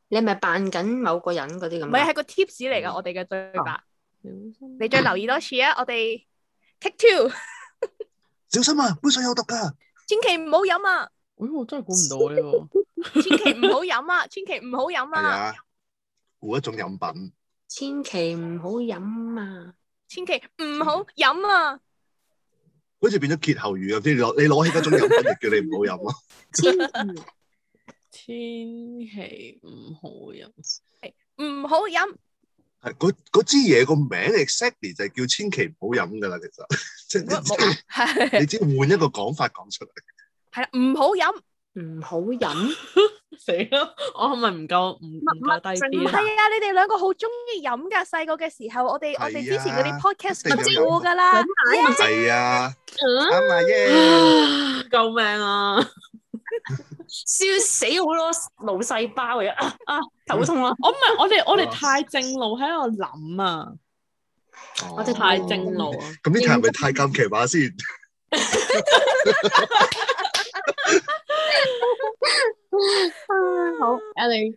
Speaker 4: 你係咪扮緊某個人嗰啲咁
Speaker 2: 唔
Speaker 4: 啊？
Speaker 2: 係係個 tips 嚟噶，我哋嘅對白。
Speaker 1: 小心
Speaker 2: 你再留意多次啊！我哋 take two，
Speaker 3: 小心啊，杯水有毒㗎。
Speaker 2: 千祈唔好飲啊！
Speaker 1: 咦我真係估唔到呢個。
Speaker 2: 千祈唔好飲啊！千祈唔好飲
Speaker 3: 係
Speaker 2: 啊！
Speaker 3: 啊，估一種飲品。
Speaker 4: 千祈唔好飲 啊！
Speaker 2: 千祈唔好飲啊！
Speaker 3: 好似變咗歇後語咁，你攞你攞起嗰種飲品，就叫你唔好飲咯。啊
Speaker 4: 千祈
Speaker 1: 千祈唔好飲。
Speaker 2: 唔好飲，
Speaker 3: 係嗰嗰支嘢個名 exactly 就係叫千祈唔好飲噶啦，其實 即係
Speaker 2: 冇係
Speaker 3: 你只換一個講法講出嚟。
Speaker 2: 係啦，唔好飲。
Speaker 4: 唔好飲，
Speaker 1: 死啦！ 我係咪唔夠唔唔夠低
Speaker 4: 乜乜
Speaker 1: 啲
Speaker 4: 整
Speaker 1: 咧
Speaker 2: 係？啊，你哋兩個好中意飲噶，細個嘅時候，我哋
Speaker 3: 係啊
Speaker 2: 我哋之前嗰啲
Speaker 3: 一
Speaker 2: podcast
Speaker 3: 定
Speaker 2: 都
Speaker 3: 有
Speaker 2: 過噶啦。
Speaker 3: 係啊，
Speaker 4: 嗯
Speaker 3: 啱啊耶！
Speaker 1: 啊救命啊！
Speaker 4: 燒死好多腦細胞嘅啊啊！頭痛啊！
Speaker 1: 我唔係我哋我哋
Speaker 3: 哇
Speaker 1: 太正路喺度諗啊，
Speaker 4: 我哋
Speaker 1: 太正路啊！
Speaker 3: 哦咁呢題係咪太監 騎馬先？
Speaker 4: 好，阿你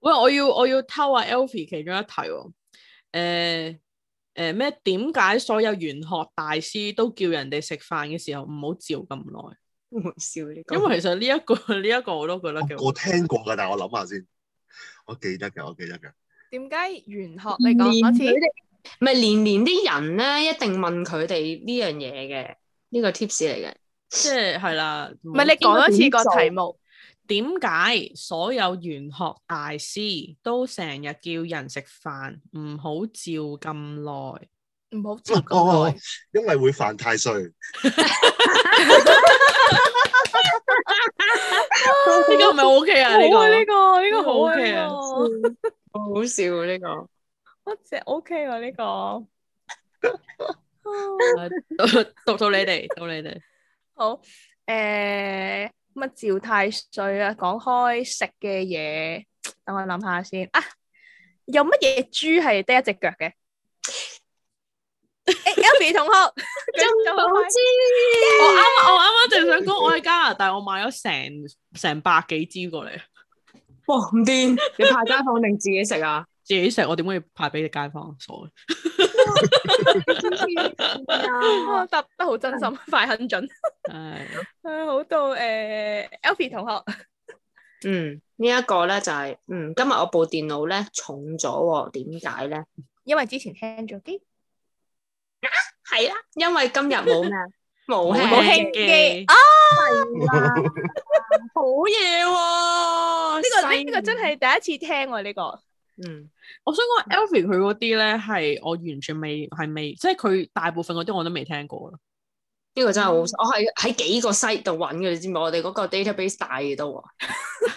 Speaker 1: 喂，我要我要偷啊 Alfie 其中一題喎、誒誒咩？點、解所有玄學大師都叫人哋食飯嘅時候唔好照咁耐？
Speaker 4: 好笑呢個，
Speaker 1: 因為其實呢、一個呢一個我都覺得幾好
Speaker 3: 我聽過㗎，但係我諗下先，我記得嘅，我記得嘅。
Speaker 2: 點解玄學你講多次
Speaker 4: 年？年唔係年年啲人咧，一定問佢哋呢樣嘢嘅，呢個 tips 嚟嘅。
Speaker 1: 即係係啦。唔
Speaker 2: 唔係你講多次個題目，
Speaker 1: 點解所有玄學大師都成日叫人食飯唔好照咁耐？
Speaker 2: 唔好接咁
Speaker 3: 哦
Speaker 2: 耐。，
Speaker 3: 因為會犯太歲。
Speaker 1: 呢個係咪 OK 啊？呢
Speaker 2: 好
Speaker 1: 個
Speaker 2: 啊呢個呢
Speaker 1: 呢
Speaker 2: 個
Speaker 1: 個
Speaker 2: 好啊
Speaker 1: OK 啊
Speaker 2: 呢個，
Speaker 4: 嗯好笑啊呢個。
Speaker 2: 我只 OK 喎呢 個。
Speaker 1: 到到你哋，到你哋。
Speaker 2: 好，诶、乜趙太歲啊？講開食嘅嘢，等我諗下先啊。有乜嘢豬係得一隻腳嘅？ 欸 Elby 同學，舉手好快
Speaker 1: 我啱我啱啱正想講，我喺加拿大，我買咗成成百幾支過嚟，
Speaker 4: 哇唔癲！你派街坊定自己食啊？
Speaker 1: 自己食。我點會派俾你街坊？傻嘅
Speaker 2: 哇答得好真心，快狠 準。
Speaker 1: 唉
Speaker 2: 啊，嗯好到诶、e l f i e 同學，
Speaker 4: 嗯，呢一個咧就係、嗯，今日我部電腦咧重咗喎，點解咧？
Speaker 2: 因為之前聽咗機，
Speaker 4: 係啦，因為今日冇咩啊冇
Speaker 1: 冇
Speaker 2: 冇
Speaker 1: 輕
Speaker 2: 輕機
Speaker 1: 機
Speaker 2: 啊！
Speaker 1: 啊
Speaker 4: 啦，好嘢喎！
Speaker 2: 呢、個呢、個真係第一次聽喎、呢、個
Speaker 4: 嗯
Speaker 1: 我想講 Alfie 佢嗰啲咧係我完全未係未，即係佢大部分嗰啲我都未聽過啦。
Speaker 4: 呢個真係好，我係喺幾個 site 度揾嘅，你知唔知？我哋嗰個 database 大嘅都喎，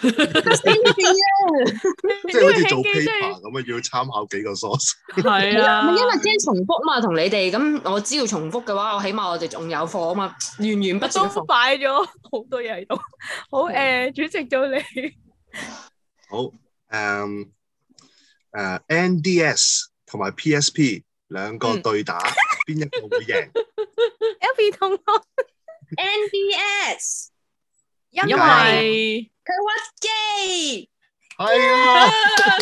Speaker 3: 即係好似做
Speaker 2: 呢個輕機真係
Speaker 3: paper 咁啊，要參考幾個 source。
Speaker 1: 係
Speaker 4: 唔
Speaker 1: 啊，
Speaker 4: 係因為驚重複嘛，同你哋咁，我只要重複嘅話，我起碼我哋仲有貨啊嘛，源源不絕嘅
Speaker 2: 都
Speaker 4: 貨。
Speaker 2: 擺 咗好多嘢喺度。好诶、誒主席到 你。
Speaker 3: 好，誒誒 NDS 同埋 PSP 兩
Speaker 1: 嗯
Speaker 3: 個 對打，邊一個會贏？
Speaker 2: Elby 同學，
Speaker 4: NDS
Speaker 2: 因
Speaker 1: 因
Speaker 2: 為
Speaker 1: 為
Speaker 4: 佢屈機，
Speaker 3: 係啊，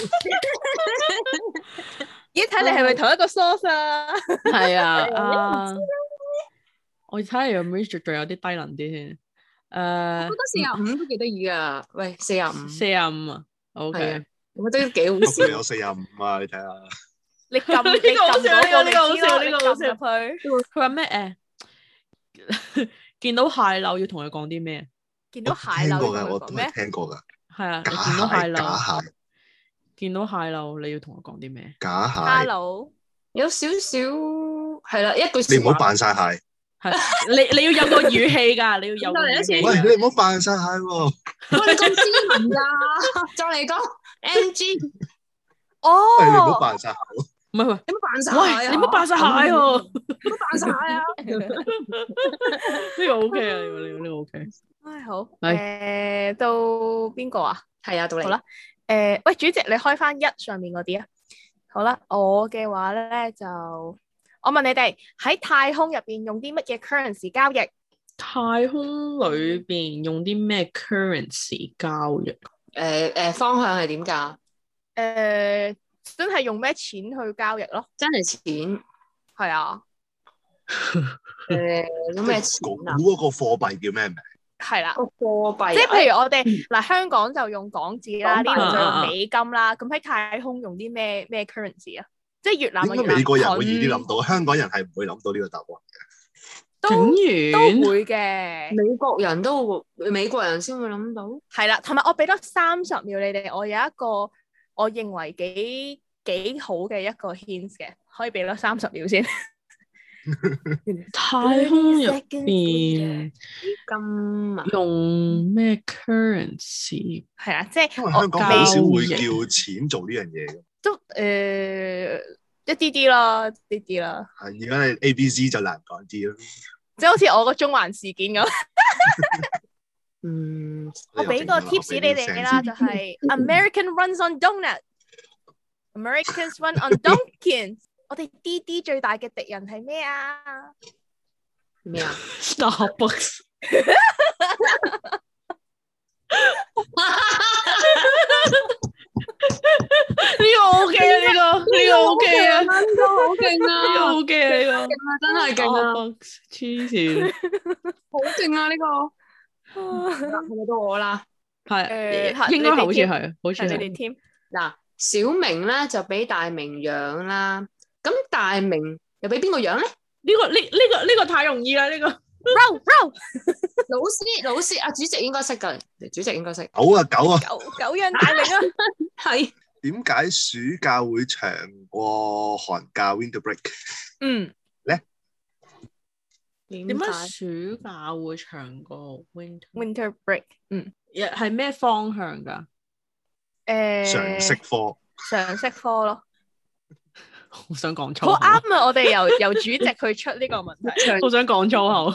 Speaker 2: 咦睇你係咪同一個 source 啊？
Speaker 1: 係啊，啊，我睇下有冇仲有啲低能啲先。
Speaker 4: 好
Speaker 1: 誒，
Speaker 4: 多四廿五都幾得意噶。喂，四廿
Speaker 1: 四
Speaker 4: 五，
Speaker 1: 廿五啊，OK
Speaker 4: 係。我覺得幾好
Speaker 3: 佢
Speaker 4: 笑。
Speaker 3: 有四廿五啊，你睇下。
Speaker 2: 你撳 你
Speaker 1: 呢個好
Speaker 2: 撳
Speaker 1: 笑
Speaker 2: 嗰個
Speaker 1: 呢個好
Speaker 2: 咪知咯，
Speaker 1: 笑
Speaker 2: 你
Speaker 1: 呢個好笑
Speaker 2: 撳入去，
Speaker 1: 佢話咩？誒， 見到蟹柳要同佢講啲咩？
Speaker 2: 見到
Speaker 3: 我
Speaker 2: 蟹柳
Speaker 3: 聽過
Speaker 2: 你
Speaker 3: 㗎，
Speaker 2: 會
Speaker 3: 我
Speaker 2: 講
Speaker 3: 都
Speaker 2: 咩
Speaker 3: 係？聽過㗎。
Speaker 1: 係 啊，
Speaker 3: 假
Speaker 1: 你見到蟹
Speaker 3: 蟹，假
Speaker 1: 柳，
Speaker 3: 蟹，
Speaker 1: 見到蟹柳，你要同我講啲咩？
Speaker 3: 假
Speaker 2: 哈
Speaker 3: 蟹，
Speaker 2: 佬，
Speaker 4: 有少少係啦，一句
Speaker 3: 你
Speaker 4: 説
Speaker 3: 唔好
Speaker 4: 話。
Speaker 3: 扮晒蟹。
Speaker 2: 哦
Speaker 1: 係你你要有個語氣 㗎，你要有個
Speaker 4: 再嚟一次
Speaker 1: 語
Speaker 3: 喂，
Speaker 1: 氣㗎。
Speaker 3: 你唔好扮晒蟹
Speaker 2: 哦
Speaker 3: 喎。
Speaker 4: 喂你咁斯文㗎，再嚟講 NG，
Speaker 3: 喂，你唔好
Speaker 2: 哦，
Speaker 3: 扮晒蟹。
Speaker 1: 唔係唔係，
Speaker 4: 你冇扮晒
Speaker 1: 喂，
Speaker 4: 啊
Speaker 1: 你唔好扮晒蟹喎！
Speaker 4: 你冇扮晒啊！
Speaker 1: 呢個 OK 啊，呢個呢個呢個 OK。
Speaker 2: 唉好，
Speaker 1: 係
Speaker 2: 誒到邊個啊？
Speaker 4: 係啊，到
Speaker 2: 好
Speaker 4: 你
Speaker 2: 啦誒呃喂，主席你開翻一上面嗰啲啊。好啦，我嘅話咧就，我問你哋喺太空入邊用啲乜嘢 currency 交易？
Speaker 1: 太空裏邊用啲咩 currency 交易？
Speaker 4: 誒誒方向係點㗎？
Speaker 2: 誒呃真係用咩錢去交易咯？
Speaker 4: 真係錢
Speaker 2: 係啊，
Speaker 4: 誒咁咩
Speaker 3: 估
Speaker 4: 錢啊？
Speaker 3: 嗰個貨幣叫咩名？
Speaker 2: 係啦。
Speaker 4: 個貨幣啊
Speaker 2: 即係譬如我哋
Speaker 4: 嗯
Speaker 2: 嗱香港就用港紙啦，呢
Speaker 4: 港幣
Speaker 2: 度就
Speaker 1: 啊啊
Speaker 2: 用美金啦。咁喺太空用啲咩咩 currency 啊？即係越南嘅越
Speaker 3: 點解
Speaker 2: 南
Speaker 3: 美國人
Speaker 2: 盾
Speaker 3: 會易啲諗到，香港人係唔會諗到呢個答案？
Speaker 2: 都
Speaker 1: 竟然
Speaker 2: 都會嘅，
Speaker 4: 美國人都會美國人先會諗到。
Speaker 2: 係啦。同埋我俾多三十秒你哋，我有一個我認為幾幾好嘅一個 hints 嘅，可以俾多三十秒先。
Speaker 1: 太空入
Speaker 2: Seconds
Speaker 1: 邊
Speaker 4: 金啊，
Speaker 1: 用咩 currency？
Speaker 2: 係啦，即係
Speaker 3: 因為
Speaker 2: 我
Speaker 3: 香港好少會
Speaker 1: 交易
Speaker 3: 叫錢做呢樣嘢嘅。
Speaker 2: 都誒一啲啲啦，一啲啲啦，
Speaker 3: 啊，而家你 A、B、C 就難講啲啦。
Speaker 2: 即係好似我個中環事件咁。
Speaker 4: 嗯，
Speaker 2: 我俾個 tips 你哋啦，就係 American runs on donut，Americans run on donkeys。我哋 D D 最大嘅敵人係咩啊？
Speaker 4: 咩啊？
Speaker 1: Starbucks 個 O K 啊，呢個呢個 O K 啊，呢
Speaker 4: 好勁
Speaker 1: 個
Speaker 4: 啊！
Speaker 1: O K 啊，呢
Speaker 4: 勁啊，真係
Speaker 1: 個
Speaker 4: 勁啊，
Speaker 1: Starbucks，黐 線，
Speaker 4: 好勁啊！呢個
Speaker 2: 係
Speaker 4: 嗱係咪到我啦？
Speaker 2: 誒
Speaker 1: 係應該係好似係，好似
Speaker 2: 你
Speaker 1: 係
Speaker 2: 哋添，
Speaker 4: 嗱，小明咧就俾大明養啦，咁大明又俾邊個養咧？
Speaker 1: 呢個呢呢個呢個太容易啦，呢個
Speaker 2: row row
Speaker 4: 老師，老師啊，主席應該識㗎，主席應該識。
Speaker 3: 狗啊狗啊，
Speaker 2: 狗狗養大明啊，
Speaker 4: 係，
Speaker 3: 點解暑假會長過寒假 winter break？
Speaker 2: Ừ.
Speaker 1: 嗯。
Speaker 4: 點
Speaker 1: 點
Speaker 4: 解？
Speaker 1: 解暑假會長過 winter？
Speaker 2: winter break，嗯，
Speaker 1: 日係咩方向㗎？
Speaker 2: 誒
Speaker 3: 常識科
Speaker 2: 常識科咯，
Speaker 1: 好想講粗
Speaker 2: 好
Speaker 1: 口，
Speaker 2: 啱啊！我哋由由主席去出呢個問題，
Speaker 1: 好想講粗 口。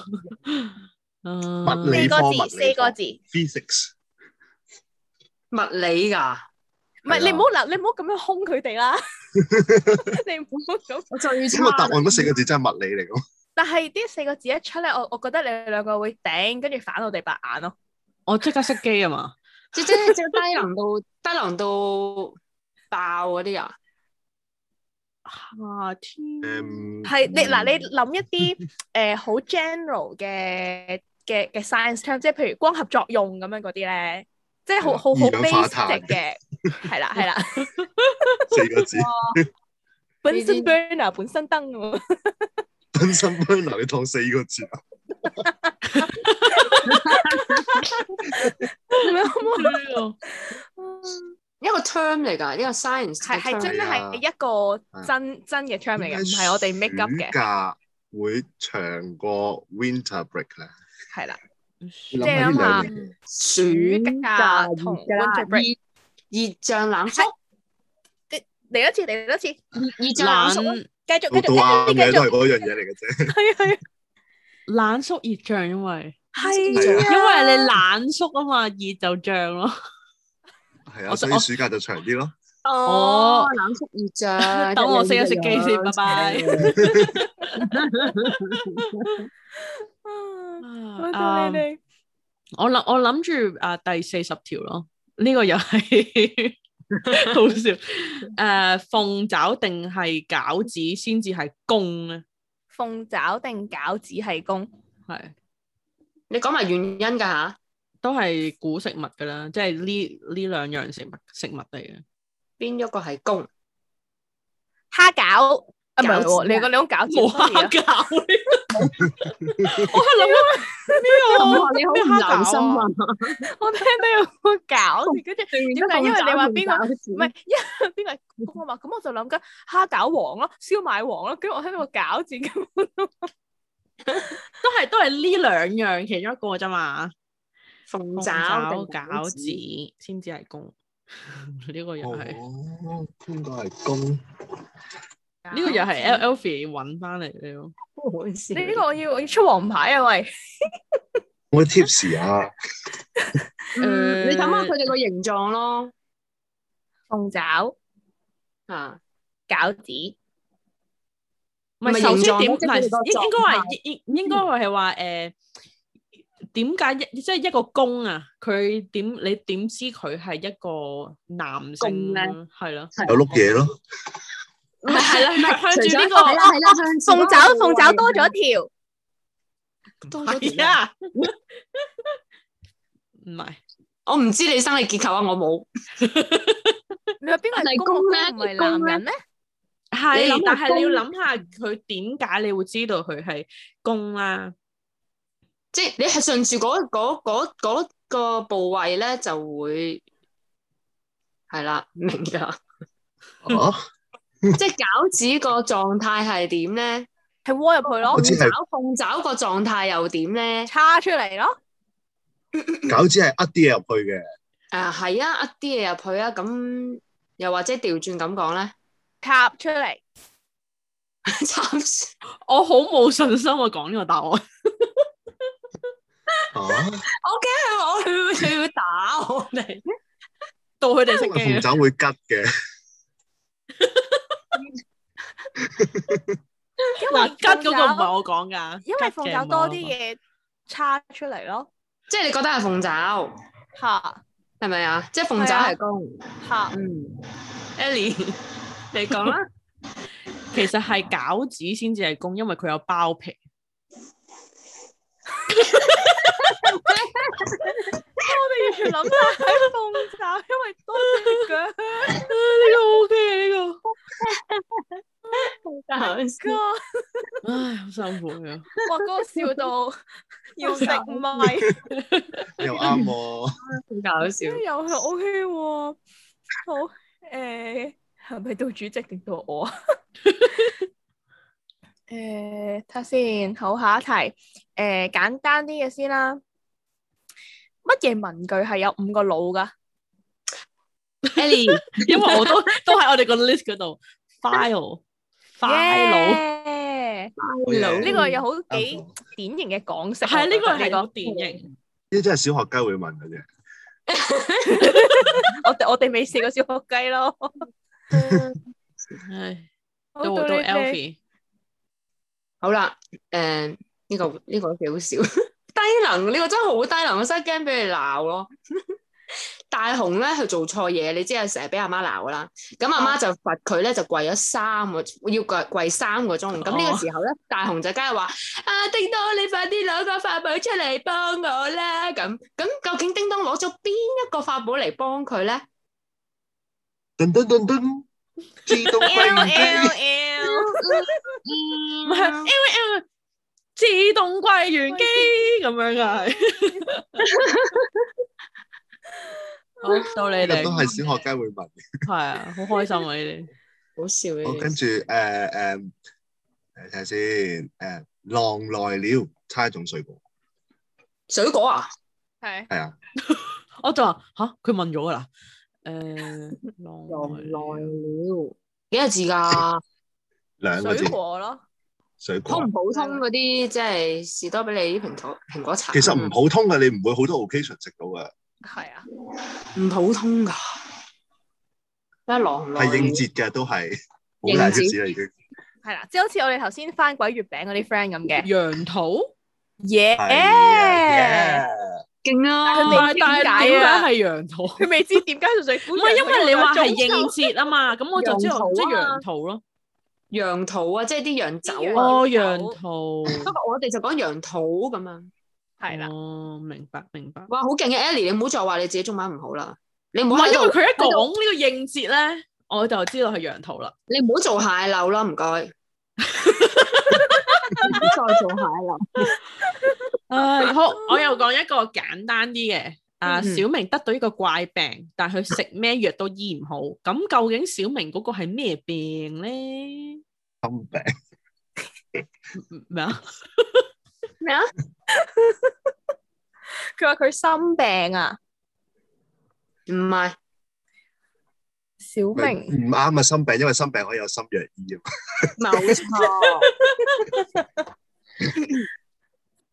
Speaker 3: 物
Speaker 1: 嗯
Speaker 3: 理
Speaker 2: 四
Speaker 3: 科
Speaker 2: 個
Speaker 3: 物
Speaker 2: 字，四
Speaker 3: 理
Speaker 2: 個
Speaker 3: 科
Speaker 2: 字，
Speaker 3: physics
Speaker 4: 物理㗎，
Speaker 2: 唔係
Speaker 3: 係
Speaker 2: 你
Speaker 3: 啊
Speaker 2: 唔好嗱，你唔好咁樣兇佢哋啦，你唔好咁。
Speaker 4: 我最
Speaker 3: 咁個答
Speaker 4: 差
Speaker 3: 案嗰四個字真係物理嚟㗎。
Speaker 2: 但係啲四個字一出咧，我我覺得你哋兩個會頂，跟住反我哋白眼咯。
Speaker 1: 我即刻熄機啊 嘛！
Speaker 4: 即即即低能到低能到爆嗰啲啊！
Speaker 1: 夏天
Speaker 3: 誒
Speaker 2: 係你
Speaker 3: 嗯
Speaker 2: 嗱，你諗一 啲誒好 general 嘅嘅嘅 science term，即係譬如光合作用咁樣嗰啲咧，即係好好好
Speaker 3: 二氧化碳
Speaker 2: basic 嘅，係 啦係啦
Speaker 3: 四個字，
Speaker 2: 本身 burner 本身燈咁 啊
Speaker 3: 本身 burner 你當四個字啊，
Speaker 2: 咁樣好唔好
Speaker 1: 呢
Speaker 4: 一個 term 嚟㗎，呢個 science
Speaker 2: 係
Speaker 4: 嘅
Speaker 2: 係
Speaker 4: term
Speaker 2: 真係一個
Speaker 3: 啊
Speaker 2: 真真嘅 term 嚟嘅，
Speaker 3: 點
Speaker 2: 唔
Speaker 3: 解
Speaker 2: 係我哋 make up 嘅
Speaker 3: 暑，假會長過 winter break 咧？
Speaker 2: 係啦。
Speaker 1: 個
Speaker 3: 你
Speaker 2: 係
Speaker 3: 諗下呢兩樣嘢，
Speaker 4: 暑
Speaker 2: 假同 winter break
Speaker 4: 熱熱脹冷縮，
Speaker 2: 嚟多次，嚟多次，繼
Speaker 4: 熱熱脹冷縮啊。
Speaker 1: 冷
Speaker 2: 續
Speaker 3: 都
Speaker 2: 繼
Speaker 3: 都
Speaker 2: 續，
Speaker 3: 啱
Speaker 2: 跟住
Speaker 3: 嘅，
Speaker 2: 繼
Speaker 3: 都係
Speaker 2: 續，
Speaker 3: 嗰樣嘢嚟嘅
Speaker 2: 係
Speaker 3: 啫。
Speaker 2: 啊係
Speaker 1: 冷縮熱脹，因為
Speaker 2: 係啊，
Speaker 1: 因為你冷縮啊嘛，熱就脹咯。
Speaker 3: 係啊，
Speaker 1: 我
Speaker 3: 所以暑假就長啲咯。
Speaker 1: 哦
Speaker 4: 冷縮熱脹。
Speaker 1: 等我熄一熄
Speaker 4: 啊
Speaker 1: 機先拜拜
Speaker 4: 拜。
Speaker 2: 啊
Speaker 1: 啊
Speaker 2: 揾到你
Speaker 1: 啊
Speaker 2: 哋。
Speaker 1: 我諗我諗住啊第四十條咯，呢、個又係好笑。誒、鳳爪定係餃子先至係公咧？
Speaker 2: 鳳爪定餃子係公？
Speaker 1: 係
Speaker 4: 你講埋原因㗎吓，
Speaker 1: 都係古食物噶啦，即係呢呢兩樣食物食物嚟嘅。
Speaker 4: 邊一個係公？
Speaker 2: 蝦餃啊，唔係
Speaker 4: 餃子
Speaker 2: 喎，
Speaker 4: 啊
Speaker 2: 你講你講餃子
Speaker 1: 冇蝦
Speaker 2: ，sorry 啊
Speaker 1: 餃，我係諗緊呢個
Speaker 2: 哦
Speaker 4: 你
Speaker 1: 咩蝦餃啊？！
Speaker 2: 我聽到有個餃字，跟住
Speaker 4: 點
Speaker 2: 解因為你話邊個
Speaker 4: 唔
Speaker 2: 唔係因為 邊個係公啊嘛，咁我就諗緊蝦餃王咯，燒賣王咯，跟住我聽到個餃字咁，
Speaker 1: 都係都係呢兩樣其中一個啫嘛。
Speaker 4: 鳳
Speaker 1: 鳳
Speaker 4: 爪
Speaker 1: 爪
Speaker 4: 定
Speaker 1: 餃子先至係公， 呢個又係。
Speaker 3: 哦，邊個係公？
Speaker 1: 呢 個又係 L Alfie 揾翻嚟嘅咯，
Speaker 4: 你
Speaker 2: 你呢個我要我要出黃牌啊喂！
Speaker 3: 我 tips 啊，
Speaker 1: 嗯
Speaker 4: 你睇下佢哋個形狀咯，
Speaker 2: 鳳爪
Speaker 4: 啊，
Speaker 2: 餃子
Speaker 1: 唔
Speaker 4: 唔
Speaker 1: 係
Speaker 4: 係
Speaker 1: 首先
Speaker 4: 形狀
Speaker 1: 點？
Speaker 4: 咯
Speaker 1: 唔
Speaker 4: 即係佢
Speaker 1: 係
Speaker 4: 哋個
Speaker 1: 應應該話應應應
Speaker 4: 狀
Speaker 1: 該話係話誒點解一即係一個公啊？佢點你點知佢係一個男性
Speaker 4: 公咧
Speaker 1: 呢？係咯，
Speaker 3: 有碌嘢咯，
Speaker 1: 係啦，向
Speaker 4: 除
Speaker 1: 住呢
Speaker 4: 咗係啦
Speaker 1: 個哦
Speaker 4: 係啦，向住
Speaker 2: 鳳爪
Speaker 4: 嗰個
Speaker 2: 鳳爪多
Speaker 4: 位
Speaker 2: 咗條，
Speaker 4: 多咗
Speaker 1: 係
Speaker 4: 條啊，
Speaker 1: 啊，唔係
Speaker 4: 我哦唔知你生理結構啊，我冇。
Speaker 2: 你話邊個
Speaker 4: 但
Speaker 2: 係
Speaker 4: 係
Speaker 2: 公啊？
Speaker 4: 公
Speaker 2: 公唔係
Speaker 4: 咧公
Speaker 2: 男
Speaker 4: 咧
Speaker 2: 人咩？
Speaker 4: 你
Speaker 1: 係
Speaker 4: 諗，下
Speaker 1: 但係你要
Speaker 4: 公
Speaker 1: 諗下佢點解你會知道佢係公啦？
Speaker 4: 即係你係順住嗰嗰嗰嗰個部位咧，就會係啦，明㗎。
Speaker 3: 啊，
Speaker 4: 即係餃子個狀態係點咧？
Speaker 2: 係窩入去
Speaker 3: 我知
Speaker 2: 咯，
Speaker 4: 鳳
Speaker 3: 係
Speaker 4: 爪鳳爪個狀態又點咧？
Speaker 2: 叉出嚟咯，
Speaker 3: 餃子係呃啲嘢入去嘅，
Speaker 4: 啊，係啊，呃啲嘢入去啊，咁又或者調轉咁講 咧，
Speaker 2: 插出 嚟，
Speaker 4: 插我
Speaker 1: 我好冇信心我講呢個答案。
Speaker 3: 啊，
Speaker 4: 驚我佢要
Speaker 2: 啊
Speaker 4: 打我哋，
Speaker 1: 到佢哋食
Speaker 3: 因為
Speaker 1: 嘅
Speaker 3: 鳳，爪會吉嘅，
Speaker 2: 因為
Speaker 1: 嗱吉嗰個唔
Speaker 2: 鳳爪
Speaker 1: 係我講噶，
Speaker 2: 因為
Speaker 1: 吉嘅
Speaker 2: 鳳爪
Speaker 1: 唔係
Speaker 2: 多
Speaker 1: 我
Speaker 2: 啲
Speaker 1: 講
Speaker 2: 嘢叉出嚟咯，
Speaker 4: 即係你覺得係鳳爪，
Speaker 2: 嚇。
Speaker 4: 係咪啊？即係鳳爪係公，
Speaker 2: 吓，
Speaker 4: 嗯，Ellie，你講啦，
Speaker 1: 其實係餃子先至係公，因為佢有包皮。
Speaker 2: 我哋完全諗晒喺鳳爪，因為多隻腳。
Speaker 1: 呢個 OK 呢
Speaker 2: God，
Speaker 1: 個，唉，好辛苦啊！
Speaker 2: 哇，嗰個笑 到要哦食米，
Speaker 3: 又啱喎，
Speaker 4: 搞笑。
Speaker 2: 又係 OK 喎。好，哎诶，係咪到主席定到我 啊？诶，睇下先，好下一題。诶，簡單啲嘅先啦。乜嘢文具係有五個腦噶？
Speaker 4: Ellie，
Speaker 1: 因為我 都都喺我哋個 list 嗰度 file 快佬，
Speaker 2: 耶
Speaker 3: 好嘢
Speaker 2: 呢個有好
Speaker 3: 啱
Speaker 2: 幾
Speaker 3: 喎
Speaker 2: 典型嘅港式。啊
Speaker 1: 係呢
Speaker 2: 我
Speaker 1: 個
Speaker 2: 覺得
Speaker 1: 係好典型。
Speaker 3: 呢啲真係小學雞會問嘅啫。
Speaker 2: 我哋我哋未試過小學雞咯。
Speaker 1: 唉，
Speaker 2: 好
Speaker 1: 到
Speaker 2: 到
Speaker 1: 到
Speaker 2: 你哋
Speaker 1: Alfie，
Speaker 4: 好啦，诶，呢個呢個幾好笑， 低能呢個真係好低能，我真係驚俾你鬧咯。 大雄咧，佢做錯嘢，你知係成日俾阿媽鬧㗎啦。咁阿媽就罰佢咧，就跪咗三個，要跪跪三個鐘。咁呢
Speaker 1: 哦
Speaker 4: 個時候咧，大雄就梗係話：啊，叮當，你快啲攞個法寶出嚟幫我啦！咁咁，究竟叮當攞咗邊一個法寶嚟幫佢咧？
Speaker 3: 噔噔噔噔，自動櫃
Speaker 2: L
Speaker 3: 員
Speaker 2: L
Speaker 3: 機，
Speaker 2: L，
Speaker 1: 唔係 L L 自動櫃員機咁樣
Speaker 4: 啊
Speaker 1: 噶係。 好，到你
Speaker 3: 呢個
Speaker 1: 哋
Speaker 3: 都係小學雞會問嘅。
Speaker 1: 係啊，好開心啊！你哋
Speaker 4: 好笑
Speaker 3: 好，
Speaker 4: 嘅
Speaker 3: 跟。住誒誒誒睇下先，誒狼來了，猜中水果，
Speaker 4: 水果啊，
Speaker 2: 係
Speaker 3: 係啊，
Speaker 1: 我就話吓，佢問咗噶啦。 誒，
Speaker 4: 狼來
Speaker 1: 狼
Speaker 4: 了，幾多字㗎？
Speaker 3: 兩個字
Speaker 2: 水果咯，
Speaker 3: 水
Speaker 4: 普
Speaker 3: 果
Speaker 4: 唔。普通嗰啲即係士多啤梨蘋果蘋果
Speaker 3: 啊
Speaker 4: 茶？
Speaker 3: 其實唔普通嘅，你唔會好多 occasion 食到嘅，
Speaker 2: 係啊，
Speaker 4: 嗯唔普通㗎，咩狼來了
Speaker 3: 係應節嘅都係好
Speaker 4: 應
Speaker 3: 大
Speaker 4: 節
Speaker 3: tips 啦已經。
Speaker 2: 係啦，即係好似我哋頭先翻鬼月餅嗰啲 friend 咁嘅。
Speaker 1: 羊肚，
Speaker 2: 耶！
Speaker 3: 係啊
Speaker 4: 勁
Speaker 1: 唔
Speaker 2: 佢
Speaker 1: 係，但係
Speaker 4: 啊！
Speaker 2: 點
Speaker 1: 點
Speaker 2: 解
Speaker 1: 解
Speaker 2: 啊
Speaker 1: 係羊肚？
Speaker 2: 佢未知點解純粹
Speaker 1: 唔
Speaker 2: 估
Speaker 1: 係因為你話係應
Speaker 2: 應
Speaker 1: 節啊嘛，咁我就知道
Speaker 4: 羊肚啊
Speaker 1: 即係羊肚咯。
Speaker 4: 羊肚啊，即係啲羊酒
Speaker 2: 啲
Speaker 4: 啊。
Speaker 1: 哦，
Speaker 2: 羊
Speaker 1: 羊
Speaker 2: 肚
Speaker 1: 肚，
Speaker 4: 不過我哋就講羊肚咁啊。
Speaker 2: 係啦，
Speaker 1: 哦，明白明白。
Speaker 4: 哇，好勁嘅 Ellie，你唔好再話你自己中文唔好啦。你唔
Speaker 1: 唔
Speaker 4: 好
Speaker 1: 係
Speaker 4: 喺
Speaker 1: 哦因為
Speaker 4: 度，
Speaker 1: 佢一講呢個應節咧，我就知道係羊肚啦。
Speaker 4: 你唔好做蟹柳啦，唔該。唔好再做蟹柳。
Speaker 1: 唉，啊好，我又講一個簡單啲嘅。啊，
Speaker 4: 嗯
Speaker 1: 小明得到一個怪病，但係佢食咩藥都醫唔好。咁究竟小明嗰個係咩病咧？
Speaker 3: 心病
Speaker 1: 咩 啊？
Speaker 4: 咩啊？
Speaker 2: 佢話佢心病啊，
Speaker 4: 唔係
Speaker 2: 小
Speaker 3: 咪
Speaker 2: 明
Speaker 3: 唔啱啊！心病，因為心病可以有心藥醫啊。
Speaker 4: 冇 錯，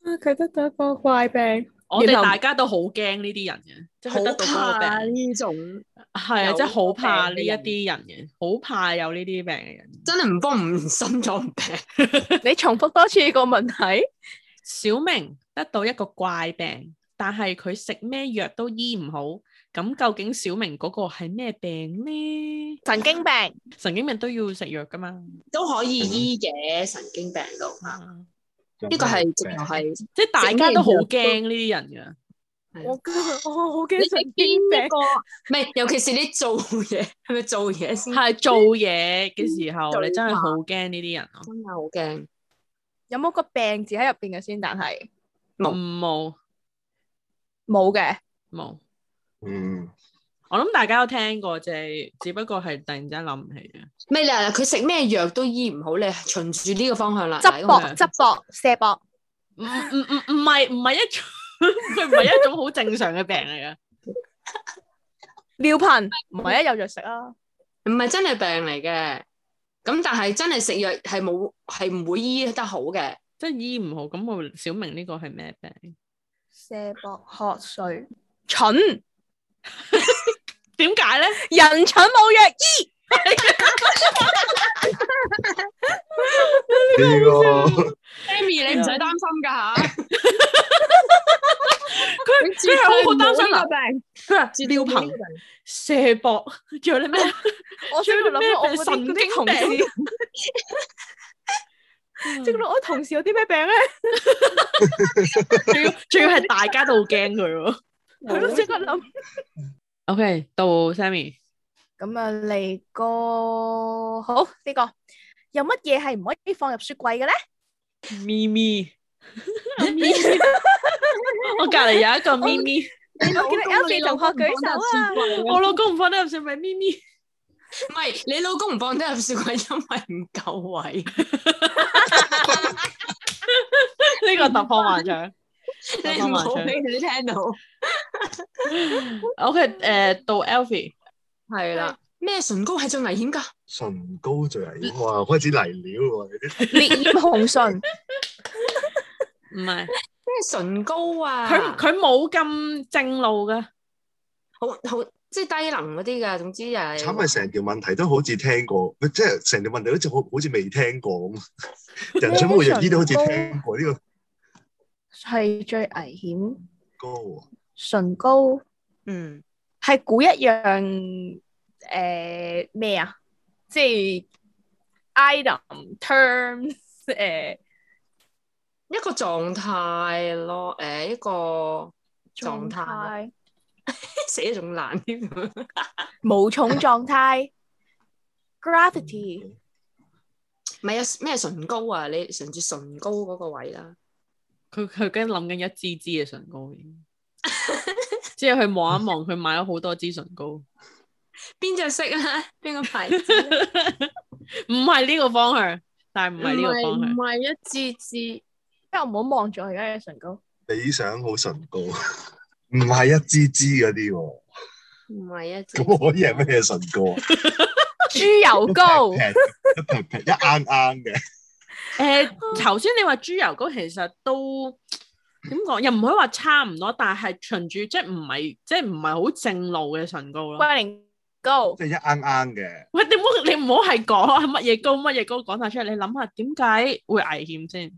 Speaker 2: 啊佢得到一個怪病，
Speaker 1: 我哋
Speaker 2: 然後
Speaker 1: 大家都好驚呢啲人嘅，即係佢得到嗰
Speaker 4: 好
Speaker 1: 個
Speaker 4: 怕
Speaker 1: 病，
Speaker 4: 呢種。
Speaker 1: 係啊，
Speaker 4: 有
Speaker 1: 即係好怕呢
Speaker 4: 呢個
Speaker 1: 一
Speaker 4: 病嘅
Speaker 1: 啲人嘅，好怕有呢啲病嘅人。
Speaker 4: 真係唔幫唔 心臟病，
Speaker 2: 你重複多次個問題，
Speaker 1: 小明得到一個怪病，但係佢食咩藥都醫唔好。咁究竟小明嗰個係咩病呢？
Speaker 2: 神經病
Speaker 1: 神經病都要食藥噶嘛，
Speaker 4: 都可以醫嘅神經病度。
Speaker 1: 啊
Speaker 4: 呢
Speaker 3: 呢
Speaker 4: 個係直頭係
Speaker 1: 即係大家都好驚呢啲人
Speaker 2: 我跟住我好
Speaker 4: 你
Speaker 2: 驚神
Speaker 4: 係
Speaker 2: 經
Speaker 4: 邊
Speaker 2: 病
Speaker 4: 一，個？唔係，尤其是你做嘢， 係咪做嘢先
Speaker 1: 噶，係做嘢嘅時候，
Speaker 4: 做
Speaker 1: 你真係
Speaker 4: 嘢
Speaker 1: 好驚呢啲人咯。
Speaker 4: 真係好驚。
Speaker 2: 有冇個病字喺入邊嘅先？但係
Speaker 4: 冇
Speaker 1: 嗯冇
Speaker 2: 冇嘅，
Speaker 1: 冇，
Speaker 3: 嗯，
Speaker 1: 我諗大家都聽過，就係只不過係突然之間諗唔起嘅。
Speaker 4: 唔係啦，佢食咩藥都醫唔好，你循住呢個方向啦。
Speaker 2: 側
Speaker 1: 咁
Speaker 2: 膊
Speaker 1: 樣
Speaker 2: 側膊射膊，
Speaker 1: 唔唔唔唔係唔係一種， 佢唔係一種好正常嘅病嚟嘅。
Speaker 2: 尿頻，唔係一有藥食啊，
Speaker 4: 唔係真係病嚟嘅。咁但係真係食藥係冇係唔會醫得好嘅。
Speaker 1: 即係醫唔好，咁我小明呢個係咩病？
Speaker 2: 射膊喝水，蠢
Speaker 1: 點解咧？
Speaker 2: 人蠢冇藥醫。
Speaker 3: 呢個
Speaker 4: Amy，
Speaker 1: 你唔使
Speaker 4: 擔 心㗎嚇。佢
Speaker 1: 佢係好好擔心
Speaker 4: 呢
Speaker 1: 嗱
Speaker 4: 個病，
Speaker 1: 撩朋射博，仲有啲 咩？
Speaker 2: 我即刻諗我嗰
Speaker 1: 仲有啲咩神
Speaker 2: 啲嗰啲同
Speaker 1: 經
Speaker 2: 事，即刻諗我同事有啲咩病咧？
Speaker 1: 仲要仲要係大家都好驚佢 喎。
Speaker 2: 佢都即刻諗。
Speaker 1: OK，到 Sammy，
Speaker 2: 咁啊，嚟個好呢、個有乜嘢係唔可以放入雪櫃嘅咧？
Speaker 1: 咪咪，À, 我隔離有一個咪咪，
Speaker 2: 我見到 L 字同學 舉手啊！
Speaker 1: 我老公唔放得入上咪咪咪。
Speaker 4: 唔係你老公唔放得入雪櫃，因為唔夠位。
Speaker 1: 呢個突破萬丈。
Speaker 4: 你唔好俾佢聽到。
Speaker 1: OK，誒、到 Alfie，
Speaker 4: 係啦，咩唇膏係最危險㗎？
Speaker 3: 唇膏最危險哇！開始嚟料喎，你啲
Speaker 2: 烈焰紅唇，
Speaker 1: 唔係
Speaker 4: 咩唇膏啊？
Speaker 1: 佢佢冇咁正路噶，
Speaker 4: 好好即係低能嗰啲㗎。總之就係
Speaker 3: 慘啊係成條問題都好似聽過，喂即係成條問題都似好好似未聽過咁。人想每日醫都好似聽過呢個
Speaker 2: 係最危險。
Speaker 3: 膏喎，
Speaker 2: 唇膏
Speaker 4: 嗯
Speaker 2: 係估一樣誒咩啊？即係 item terms 誒、
Speaker 4: 一個狀態咯，誒一個狀態死得仲難添。
Speaker 2: 無重 狀態 gravity
Speaker 4: 唔係啊，咩唇膏啊？你唇住唇膏嗰個位啦，
Speaker 1: 佢佢跟諗緊一支支嘅唇膏已經，之後佢望一望，佢買咗好多支唇膏，唔
Speaker 4: 邊隻色 啊？邊個牌子啊？
Speaker 1: 係呢個方向，但係唔係呢個方
Speaker 4: 唔
Speaker 1: 向，
Speaker 4: 係一支支，
Speaker 2: 因為我唔好望住我而家嘅唇膏，
Speaker 3: 理想好唇膏，唔係一支支嗰啲喎。
Speaker 4: 唔係一支。
Speaker 3: 咁我可以係咩唇膏啊？
Speaker 2: 豬油膏
Speaker 3: 一劈一劈劈一啱啱嘅。
Speaker 1: 誒頭先你話豬油膏其實都。點講又唔可以話差唔多，但係循住即係唔係即係唔係好正路嘅唇膏咯。
Speaker 2: 龜苓膏。
Speaker 3: 即係一啱啱嘅，
Speaker 1: 喂，點好你唔好係講乜嘢膏乜嘢膏講晒出嚟，你諗下點解會危險先？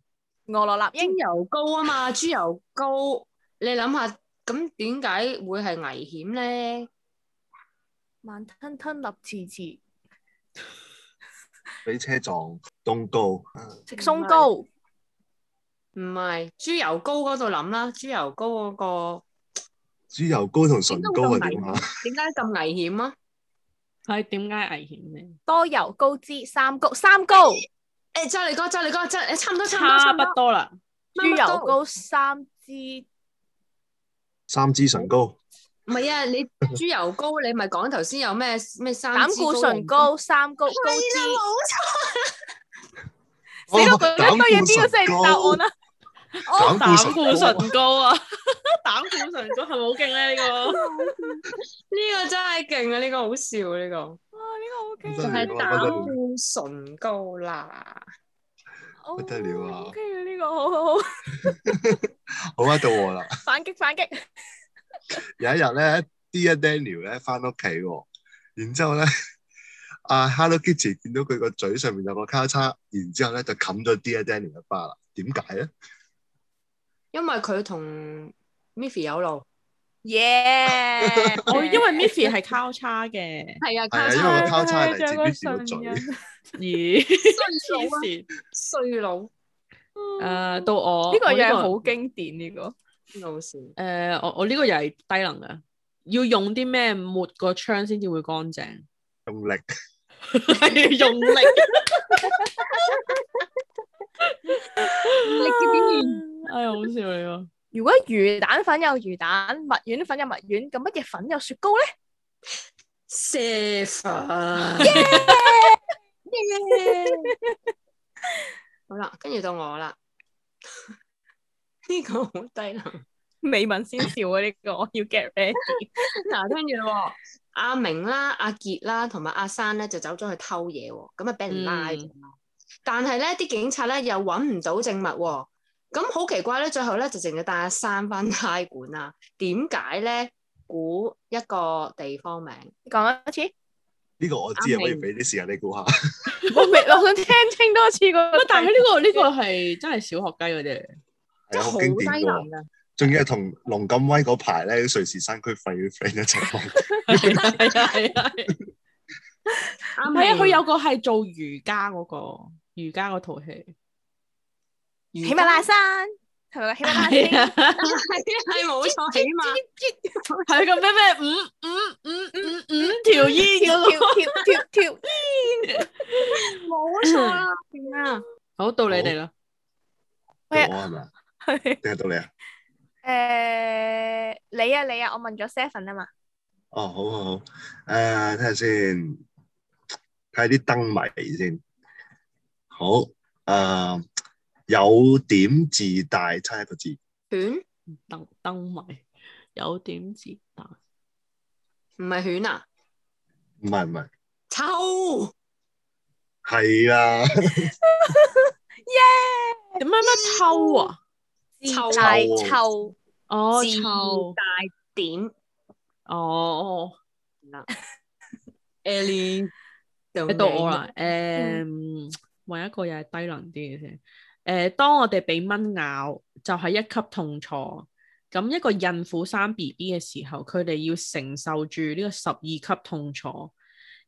Speaker 2: 俄羅納英
Speaker 4: 豬油膏啊嘛，豬油膏，你諗下，咁點解會係危險咧？
Speaker 2: 慢吞吞立遲遲
Speaker 3: 俾車撞凍高，
Speaker 2: 食鬆糕，
Speaker 4: 唔係豬油膏嗰度諗啦，豬油膏嗰、個
Speaker 3: 豬油膏同唇膏係點啊？
Speaker 4: 點解咁危險啊？
Speaker 1: 係點解危險先？
Speaker 2: 多油高脂三高三高，
Speaker 4: 誒、就嚟哥，就嚟哥，就誒差唔多，差唔多，
Speaker 1: 差
Speaker 4: 差唔
Speaker 1: 不
Speaker 4: 多。
Speaker 1: 多啦。
Speaker 2: 豬油膏三支
Speaker 3: 三支唇膏，
Speaker 4: 唔係啊，你豬油膏你咪講頭先有咩咩三
Speaker 2: 膽
Speaker 4: 脂
Speaker 2: 固
Speaker 4: 高
Speaker 2: 醇
Speaker 4: 人
Speaker 2: 高三高高
Speaker 4: 啊
Speaker 2: 脂，死
Speaker 4: 冇
Speaker 3: 哦
Speaker 2: 咯佢一堆嘢邊個先係答案
Speaker 3: 啊？
Speaker 2: 啊？
Speaker 3: 膽
Speaker 1: 膽
Speaker 3: 固
Speaker 1: 固
Speaker 3: 醇高，
Speaker 1: 醇高啊！ 膽固醇高係咪好勁咧？呢個
Speaker 4: 錯，呢個真係勁啊！呢、個好笑啊呢、個
Speaker 2: 哇呢
Speaker 3: 真
Speaker 2: 個 OK
Speaker 3: 係
Speaker 4: 係
Speaker 3: 我覺得
Speaker 4: 膽固醇高啦。
Speaker 2: 啊，
Speaker 3: 不得了啊
Speaker 2: 哦 OK 啊呢個好好好，
Speaker 3: 好啊到我啦！
Speaker 2: 反擊反擊，
Speaker 3: 有一日咧，Dear Daniel 咧翻屋企喎，然之後 咧，啊 Hello Kitty 見到佢個嘴上面有個交叉，然之後咧就冚咗 Dear Daniel 一巴啦。點解咧？
Speaker 4: 因為佢同 Miffy 有路，
Speaker 2: 耶！
Speaker 1: 我因為 Miffy 係交叉嘅，
Speaker 4: 係啊，
Speaker 3: 係啊，
Speaker 4: 交
Speaker 3: 因為
Speaker 4: 叉
Speaker 3: 個交叉係嚟自
Speaker 2: 仲有個
Speaker 3: Miffy 個
Speaker 2: 唇
Speaker 3: 嘴。
Speaker 1: 咦？
Speaker 4: 衰
Speaker 1: 黐
Speaker 4: 佬啊，
Speaker 1: 線！
Speaker 4: 衰佬，
Speaker 1: 誒，到我
Speaker 2: 呢個
Speaker 1: 嘢
Speaker 2: 嘢好經典呢個，
Speaker 4: 老事。
Speaker 1: 誒，我我呢個又係低能嘅，要用啲咩抹個窗先至會乾淨？
Speaker 3: 用力，
Speaker 1: 係用力。
Speaker 4: 力嘅表現。
Speaker 1: 哎呀，好笑你喎！
Speaker 2: 如果魚蛋粉有魚蛋，蜜丸粉有蜜丸，咁乜嘢粉有雪糕咧？
Speaker 4: 射粉。好啦，跟住到我啦。呢個好低能。
Speaker 2: 美文先笑啊！呢個我要 get ready。
Speaker 4: 嗱，跟住喎，阿明啦、阿傑啦同埋阿生咧就走咗去偷嘢喎，咁啊俾人拉咗。但係咧，啲警察咧又揾唔到證物喎，咁好奇怪咧，最後咧就淨係帶阿生翻差館啦。啊點解咧？估一個地方名，
Speaker 2: 講多次，
Speaker 3: 呢個我知啊，
Speaker 4: 啱
Speaker 3: 可以
Speaker 4: 你
Speaker 3: 俾啲時間你 估下。
Speaker 2: 我未，我想聽清多次個
Speaker 1: 喂，但係呢個呢個係真係小學雞嗰啲嚟嘅，
Speaker 3: 係啊，好
Speaker 4: 好
Speaker 3: 經典
Speaker 4: 低能
Speaker 3: 喎。
Speaker 4: 㗎。
Speaker 3: 仲要係同龍錦威嗰排咧，瑞士山區廢 friend 一齊講。
Speaker 1: 係啊係啊係啊
Speaker 4: 啱
Speaker 1: 係啊！
Speaker 4: 你
Speaker 1: 佢有個係做瑜伽嗰個瑜伽嗰套戲，
Speaker 2: 喜馬拉雅山係咪？喜馬拉雅
Speaker 1: 係
Speaker 2: 山
Speaker 1: 啊。
Speaker 4: 係冇錯，起碼
Speaker 1: 係個咩咩五五五五五條煙
Speaker 2: 跳
Speaker 1: 嗰個。
Speaker 2: 跳跳跳跳，
Speaker 4: 冇 錯啦， 勁啊！
Speaker 1: 好到你哋啦，
Speaker 2: 喂
Speaker 3: 到我係咪啊？
Speaker 2: 係
Speaker 3: 定係到你啊？
Speaker 2: 誒你啊你啊，我問咗 Seven 啊嘛，
Speaker 3: 哦，好好好，誒、睇下先，睇下啲燈謎先。好，誒、有點自大，差一個字。
Speaker 4: 犬
Speaker 1: 燈燈迷有點自大，
Speaker 4: 唔係犬啊，
Speaker 3: 唔係唔係，
Speaker 4: 臭
Speaker 3: 係啦，
Speaker 1: 點解咩臭啊？
Speaker 4: 臭
Speaker 2: 大
Speaker 3: 臭
Speaker 2: 臭
Speaker 1: 哦
Speaker 4: 自
Speaker 1: 臭，
Speaker 4: 大點
Speaker 1: 哦，
Speaker 4: Ellie，
Speaker 1: 你
Speaker 4: 到
Speaker 1: 到我啦，誒，揾一個又係低能啲嘅先。誒，當我哋俾蚊咬，就係一級痛楚。咁一個孕婦生 B B 嘅時候，佢哋要承受住呢個十二級痛楚。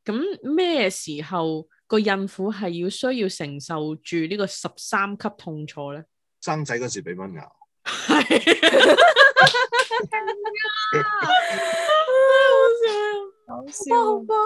Speaker 1: 咁咩時候個孕婦係要需要承受住呢個十三級痛楚咧？
Speaker 3: 生仔嗰時俾蚊咬，
Speaker 1: 係
Speaker 2: 啊
Speaker 4: 好
Speaker 2: 好啊多好多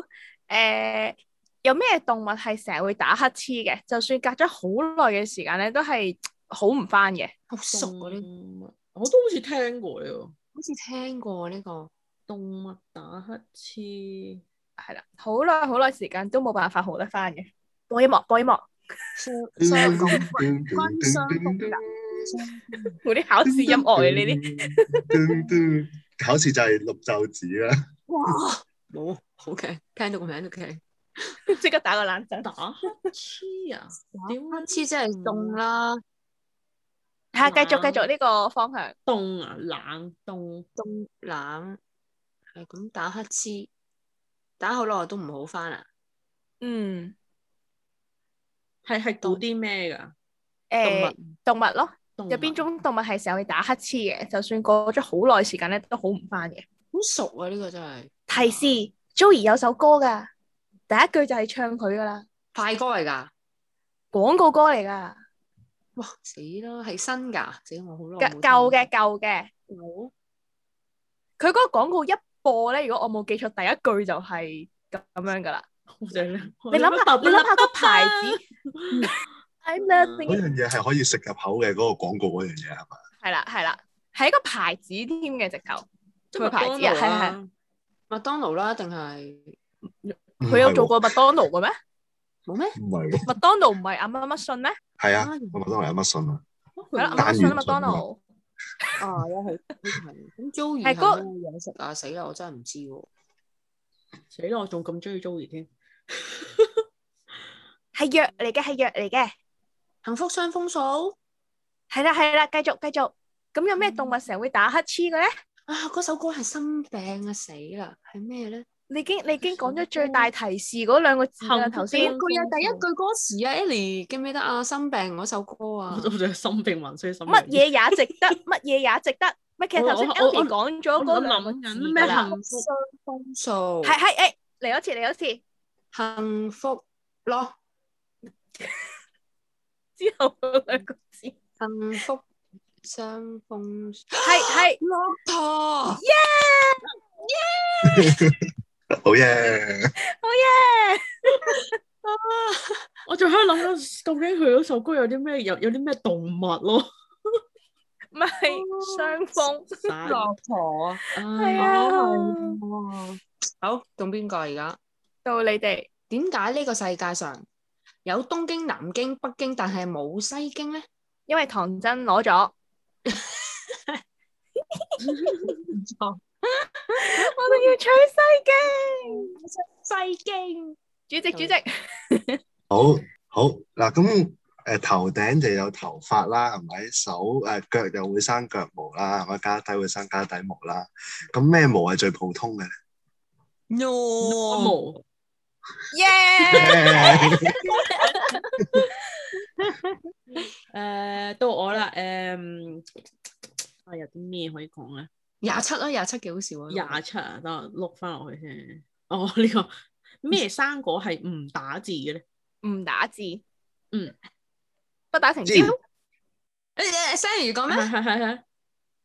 Speaker 2: 好誒。有咩動物係成日會打乞嗤嘅？就算隔咗好耐嘅時間咧，都係好唔翻嘅。
Speaker 4: 好熟
Speaker 1: 動
Speaker 4: 嗰啲，
Speaker 1: 物，嗯我都好似聽過呢個
Speaker 4: 好似聽過呢個。
Speaker 1: 動物打乞嗤。
Speaker 2: 係啦，好耐好耐時間都冇辦法好得翻嘅。播音樂，播音樂，
Speaker 4: 相港軍相
Speaker 3: 叮
Speaker 4: 共
Speaker 3: 叮
Speaker 2: 嗰啲考試音樂嘅呢啲。
Speaker 3: 啲。考試就係綠袖子啦，
Speaker 4: 哇，冇好嘅，聽到個名都嘅。
Speaker 2: 即刻打個冷震。
Speaker 1: 打乞嗤啊？點
Speaker 4: 點知真係凍啦，
Speaker 2: 係啊，繼續繼續呢個方向。
Speaker 1: 凍啊，冷凍
Speaker 4: 凍冷係咁打乞嗤，打好耐都唔好翻啊！
Speaker 2: 嗯，
Speaker 1: 係係估啲咩㗎？
Speaker 2: 誒，動物咯，
Speaker 1: 動物
Speaker 2: 有邊種動物係成日會打乞嗤嘅？就算過咗好耐時間咧，都好唔翻嘅。
Speaker 4: 好熟啊！呢個真係
Speaker 2: 提示，Joey 有首歌㗎，第一句就係唱佢㗎啦，
Speaker 4: 快歌嚟㗎，
Speaker 2: 廣告歌嚟㗎，
Speaker 4: 哇死啦，係新㗎，死我
Speaker 2: 哦
Speaker 4: 好耐冇聽
Speaker 2: 舊嘅舊嘅。
Speaker 4: 有
Speaker 2: 佢嗰個廣告一播咧，如果我冇記錯，第一句就係咁樣㗎啦。
Speaker 1: 我就係
Speaker 2: 你諗下，哦你諗下個牌子。I'm nothing
Speaker 3: 嗰樣嘢係可以食入口嘅嗰、個廣告嗰樣嘢係咪？
Speaker 2: 係啦，係啦，係一個牌子添嘅直頭，
Speaker 1: 即
Speaker 2: 佢個牌子啊，係係，係
Speaker 1: 係
Speaker 4: 麥當勞啦，定係
Speaker 3: 嗯
Speaker 2: 佢有做過麥當勞嘅咩？
Speaker 4: 冇咩？
Speaker 3: 唔係喎？
Speaker 2: 麥當勞唔係阿乜乜信咩？
Speaker 3: 係啊，我麥當勞有乜信啊？
Speaker 2: 係啦，
Speaker 1: 係
Speaker 2: 阿乜乜信啊
Speaker 3: 單元
Speaker 2: 麥當勞
Speaker 4: 啊，又係咁 Joey
Speaker 2: 係
Speaker 4: 係
Speaker 2: 嗰
Speaker 4: 咩嘢食啊？死啦，我真係唔知喎。
Speaker 1: 死啦！我仲咁中意 Joey 添，
Speaker 2: 係藥嚟嘅，係藥嚟嘅，
Speaker 4: 幸福雙風數
Speaker 2: 係啦係啦，繼續繼續。咁有咩動物成日會打乞嗤嘅咧？
Speaker 4: 啊！嗰首歌係心病啊，死啦，係咩咧？
Speaker 2: 你已經你已經講咗最大提示嗰兩個字啦，
Speaker 1: 幸福
Speaker 2: 頭
Speaker 4: 第一
Speaker 2: 先
Speaker 1: 病
Speaker 4: 句啊，第一句歌詞啊，Ellie 記唔記得啊？心病嗰首歌啊
Speaker 1: 我，仲心病還衰心病。
Speaker 2: 乜嘢也值得，乜嘢也值得。咪其實頭先
Speaker 1: 我我
Speaker 2: Ellie 講咗嗰
Speaker 1: 我
Speaker 2: 兩個
Speaker 1: 諗
Speaker 2: 字
Speaker 1: 緊
Speaker 2: 㗎
Speaker 1: 咩
Speaker 2: 啦，
Speaker 1: 幸福？
Speaker 4: 雙數
Speaker 2: 係係誒嚟一次嚟一次
Speaker 4: 幸福咯，
Speaker 2: 之後嗰兩個字，係
Speaker 4: 幸福雙風數
Speaker 2: 係
Speaker 4: 駱駝，
Speaker 3: 好嘢，
Speaker 1: 我仲喺度諗緊，究竟佢嗰首歌有啲咩有有啲咩動物咯？
Speaker 2: 唔係雙峰。
Speaker 4: 駱駝啊！
Speaker 1: 係
Speaker 2: 係啊
Speaker 4: 哦，好，到邊個而家？
Speaker 2: 到你哋
Speaker 4: 點解呢個世界上有東京、南京、北京，但係冇西京咧？
Speaker 2: 因為唐真攞 咗， 我哋要取西
Speaker 4: 西京
Speaker 2: 京。主席，主席，
Speaker 3: 好好嗱咁。誒頭頂就有頭髮啦，係咪？手誒腳又會生腳毛啦，係咪？家底會生家底毛啦。咁咩毛係最普通嘅咧？
Speaker 4: ，no，
Speaker 1: 冇
Speaker 2: 耶！
Speaker 1: Ờ, 誒，到我啦。誒，啊有啲咩可以講咧？
Speaker 4: 廿七啦，廿七幾好笑啊！
Speaker 1: 廿七啊，等我碌翻落去先。哦，呢、個咩生果係唔打字嘅咧？
Speaker 2: 唔打字，
Speaker 1: 嗯，
Speaker 2: 不打成招，
Speaker 3: 知
Speaker 4: 誒誒，Sammy 講
Speaker 1: 係
Speaker 4: 咩
Speaker 1: 係係係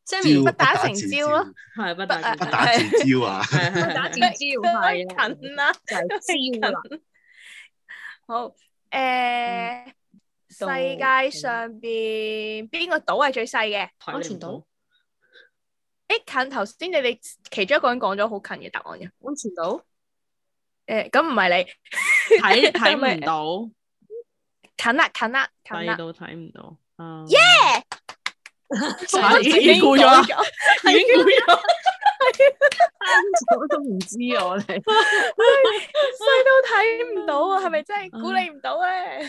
Speaker 4: ？Sammy
Speaker 2: 不
Speaker 3: 不
Speaker 2: 打
Speaker 3: 打
Speaker 2: 成啊
Speaker 3: 自
Speaker 2: 招咯
Speaker 1: 係不打
Speaker 3: 不
Speaker 1: 字
Speaker 3: 打自 招啊！
Speaker 1: 係係
Speaker 4: 不打
Speaker 1: 係
Speaker 4: 字
Speaker 1: 係
Speaker 4: 招係啊
Speaker 2: 近啦，
Speaker 4: 就係招啦，
Speaker 2: 好，
Speaker 4: 嗯
Speaker 2: 诶，世
Speaker 1: 到
Speaker 2: 界上邊邊個島係最細嘅？
Speaker 1: 睇你
Speaker 4: 安全
Speaker 1: 唔到
Speaker 4: 島
Speaker 2: 诶，近頭先你哋其中一個人講咗好近嘅答案嘅，
Speaker 4: 安 全島
Speaker 2: 诶，咁唔係你
Speaker 1: 睇睇
Speaker 2: 咪
Speaker 1: 唔到，
Speaker 2: 近啦，近啦，近
Speaker 1: 低
Speaker 2: 啦，
Speaker 1: 到睇唔到。嗯
Speaker 2: Yeah！
Speaker 1: 啊已經估咗啦
Speaker 2: 已經講咗
Speaker 1: 已經估咗
Speaker 4: 我都唔知啊我哋。
Speaker 2: 細到睇唔到啊，係咪真係估你唔到咧？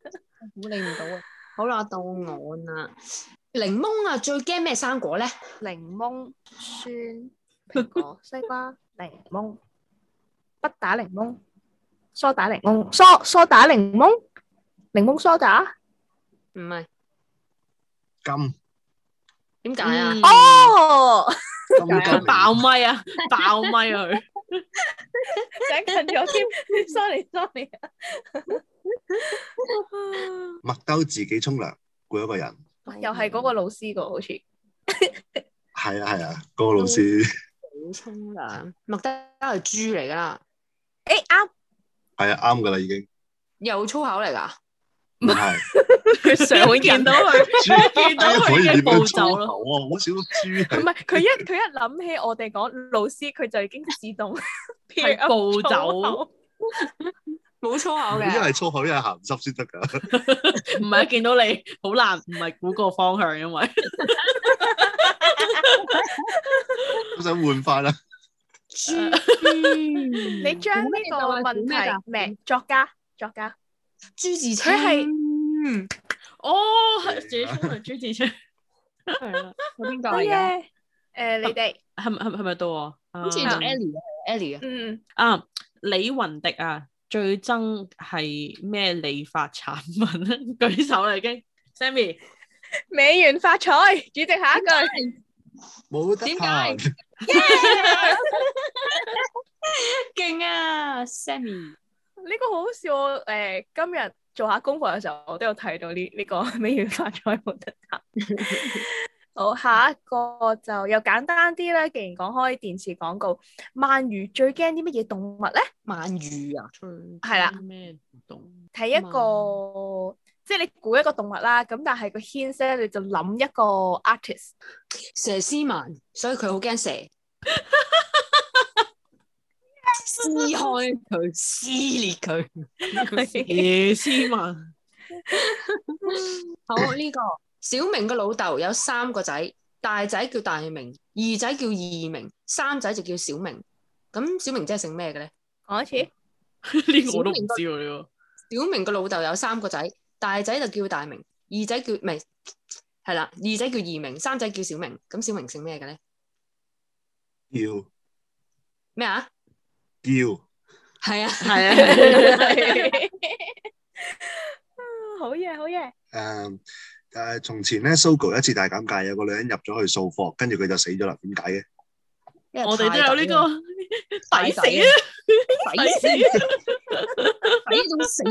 Speaker 4: 估你唔到啊！好啦，到我啦。檸檬啊，最驚咩生果咧？
Speaker 2: 檸檬、酸、蘋果、西瓜、 檸檬，不打檸檬，梳打檸檬，梳梳打檸檬，檸檬梳打。
Speaker 4: 唔係
Speaker 3: 金
Speaker 4: 點解啊？
Speaker 1: 嗯
Speaker 2: 哦，
Speaker 3: 金
Speaker 1: 係啊
Speaker 3: 金
Speaker 1: 爆咪啊，爆咪啊佢。
Speaker 2: 整近咗添，sorry sorry。
Speaker 3: 麥兜自己沖涼，攰一個人。
Speaker 4: 哎
Speaker 2: 又係嗰個老師個，好似
Speaker 3: 係啊係啊，嗰個老師
Speaker 4: 好沖涼，麥德係豬嚟㗎啦，
Speaker 2: 诶啱，
Speaker 3: 係啊啱㗎啦，已經
Speaker 4: 又粗口嚟㗎。
Speaker 3: 唔係
Speaker 1: 佢上見到佢，
Speaker 3: 豬
Speaker 1: 見到佢
Speaker 3: 可以
Speaker 1: 嘅
Speaker 3: 點
Speaker 1: 步
Speaker 3: 樣
Speaker 1: 驟
Speaker 3: 粗
Speaker 1: 咯
Speaker 3: 口啊？好少豬
Speaker 2: 唔
Speaker 3: 係
Speaker 2: 係佢一佢一諗起我哋講老師，佢就已經自動
Speaker 1: 係
Speaker 2: peer up
Speaker 1: 暴走
Speaker 2: 粗口
Speaker 4: 冇粗口
Speaker 3: 一
Speaker 4: 嘅，
Speaker 3: 係粗口一係鹹濕先得㗎。
Speaker 1: 唔係見到你好難，唔係估個方向，因為
Speaker 3: 咁想換翻啦，
Speaker 4: 豬。
Speaker 2: 你將呢個問題咩作家作家
Speaker 4: 豬字青
Speaker 2: 佢係
Speaker 4: 嗯
Speaker 1: 哦，係自己 沖涼朱自清，
Speaker 4: 係啦，係邊個
Speaker 2: 係
Speaker 4: 嚟㗎？
Speaker 2: 嘅。誒，你哋
Speaker 1: 係咪係咪係咪到我？
Speaker 4: 好似
Speaker 1: 啊
Speaker 4: 做 Ellie 啊，Ellie 啊，
Speaker 2: 嗯
Speaker 1: 啊，李雲迪啊，最憎係咩理髮產品 咧？舉手啦已經，Sammy
Speaker 2: 美元發財，主席下一句
Speaker 3: 冇得
Speaker 4: 點
Speaker 3: 彈。
Speaker 4: 解勁啊，Sammy。
Speaker 2: 呢個好好笑喎。誒，今日做下功課嘅時候，我都有睇到呢呢個 美元發財冇得答。好，下一個就又簡單啲啦。既然講開電視廣告，鰻魚最驚啲乜嘢動物咧？
Speaker 4: 鰻魚啊，
Speaker 1: 最
Speaker 2: 係啦
Speaker 1: 憎咩動？
Speaker 2: 睇一個即係你估一個動物啦，咁但係個 hint 咧，你就諗一個 artist。
Speaker 4: 佘詩曼，所以佢好 驚蛇。撕開佢，撕裂佢。
Speaker 1: 野斯文
Speaker 4: 好呢、個小明嘅老豆有三個仔，大仔叫大明，二仔叫二明，三仔就叫小明。咁小明真係姓咩嘅咧？
Speaker 2: 講一次，
Speaker 1: 呢個我都唔知喎呢個。
Speaker 4: 小明嘅老豆有三個仔，大仔就叫大明，二仔叫唔係係啦，二仔叫二明，三仔叫小明。咁小明姓咩嘅咧？
Speaker 3: 叫
Speaker 4: 咩啊？
Speaker 3: 叫
Speaker 4: 係啊，
Speaker 1: 係啊，
Speaker 2: 好嘢，好嘢。
Speaker 3: 誒誒，從前咧 Sogo 一次大減價，有個女人入咗去掃貨，跟住佢就死咗啦。點解嘅？
Speaker 1: 我哋都有呢個
Speaker 4: 太
Speaker 1: 抵死
Speaker 4: 大
Speaker 1: 啊！
Speaker 4: 抵死，
Speaker 1: 抵死
Speaker 4: 抵到死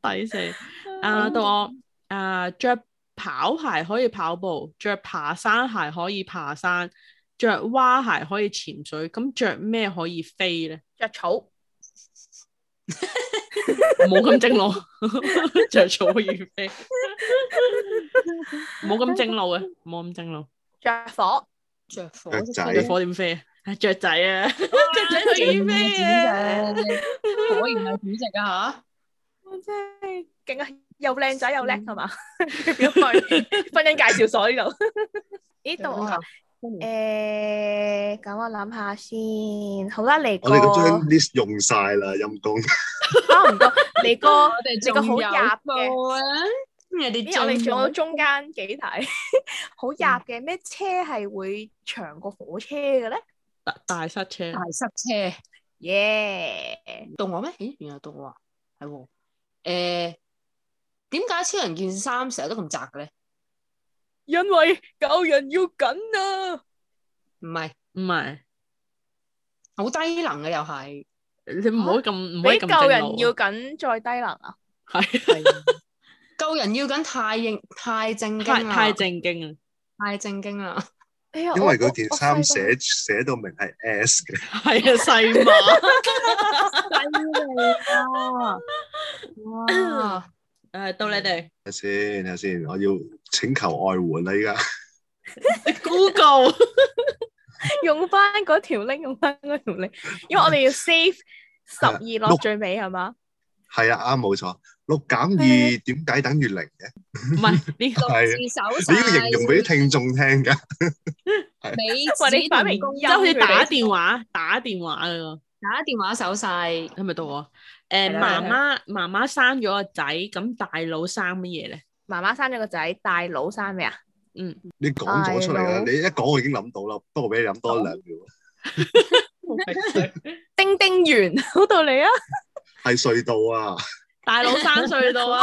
Speaker 4: 啊！
Speaker 1: 抵死啊！到我啊，着跑鞋可以跑步，着爬山鞋可以爬山，着蛙鞋可以潛水。咁着咩可以飛咧？
Speaker 2: 着草。
Speaker 1: 冇咁正路， 着草可以飛，冇咁正路嘅，冇咁正路。
Speaker 2: 着火，
Speaker 4: 着火
Speaker 3: 腳仔
Speaker 1: 着火點飛啊？唉雀仔啊，
Speaker 4: 雀
Speaker 1: 雀仔可以飛啊！
Speaker 4: 果然係主席啊吓！
Speaker 2: 我真係勁啊！又靚仔又叻係嘛？ 表去婚姻介紹所呢度，呢度啊誒，咁我諗下先。好啦，嚟
Speaker 3: 我哋嗰張
Speaker 2: 個
Speaker 3: list 用晒啦，陰公。
Speaker 2: 啊唔該，嚟個
Speaker 4: 我哋
Speaker 2: 你個好入嘅
Speaker 4: 嘅，人哋
Speaker 2: 咦，我哋
Speaker 4: 進
Speaker 2: 仲
Speaker 4: 咗
Speaker 2: 有中間幾題， 好入嘅咩車係會長過火車嘅咧？
Speaker 1: 大大塞車
Speaker 4: 大塞車，
Speaker 2: 耶！
Speaker 4: 到我咩？咦，原來到我啊，係喎。誒，點解超人件衫成日都咁窄嘅咧？
Speaker 2: 因為救人要緊啊！
Speaker 4: 唔係
Speaker 1: 唔係
Speaker 4: 好低能嘅又係。
Speaker 1: 你唔好咁唔可以
Speaker 2: 比
Speaker 1: 咁正
Speaker 2: 救人要
Speaker 1: 路
Speaker 2: 緊再低能啊！
Speaker 1: 啊，係
Speaker 4: 救人要緊太認太正經
Speaker 1: 太
Speaker 4: 啦，
Speaker 1: 太正經啦，
Speaker 4: 太正經啦。
Speaker 2: 哎呀
Speaker 3: 因為嗰
Speaker 2: 我
Speaker 3: 件
Speaker 2: 我
Speaker 3: 衫
Speaker 2: 我
Speaker 3: 寫寫到明係 S 嘅，
Speaker 1: 係啊細 碼。
Speaker 4: 哇！
Speaker 1: 誒，到你哋
Speaker 3: 睇下先睇下先，我要請求外援啦依家。
Speaker 1: Google
Speaker 2: 用翻嗰條 link，用翻嗰條 link，因為我哋要 save 十
Speaker 3: 係啦
Speaker 2: 二落
Speaker 3: 六
Speaker 2: 最尾係嘛？
Speaker 3: 係啊，啱冇錯。六減二點解等於零嘅？
Speaker 1: 唔係呢個
Speaker 3: 係啊
Speaker 4: 自手
Speaker 3: 你要形容俾啲聽眾聽㗎。
Speaker 4: 美指
Speaker 2: 反明
Speaker 4: 同公
Speaker 1: 即係好似
Speaker 2: 佢哋
Speaker 1: 打電話打電話嗰個，
Speaker 4: 打電話手勢，
Speaker 1: 係咪到我？誒
Speaker 2: 係
Speaker 1: 媽
Speaker 2: 啦係
Speaker 1: 媽媽媽生咗個仔，咁大佬生乜嘢 咧？
Speaker 2: 媽媽生咗個仔，大佬生咩啊？
Speaker 1: 嗯，
Speaker 3: 你講咗出嚟
Speaker 4: 大
Speaker 3: 啦，
Speaker 4: 佬
Speaker 3: 你一講我已經諗到啦，不過俾你諗多兩秒。
Speaker 2: 丁丁圓，好到你啊！
Speaker 3: 係隧道啊，
Speaker 1: 大佬生隧道啊！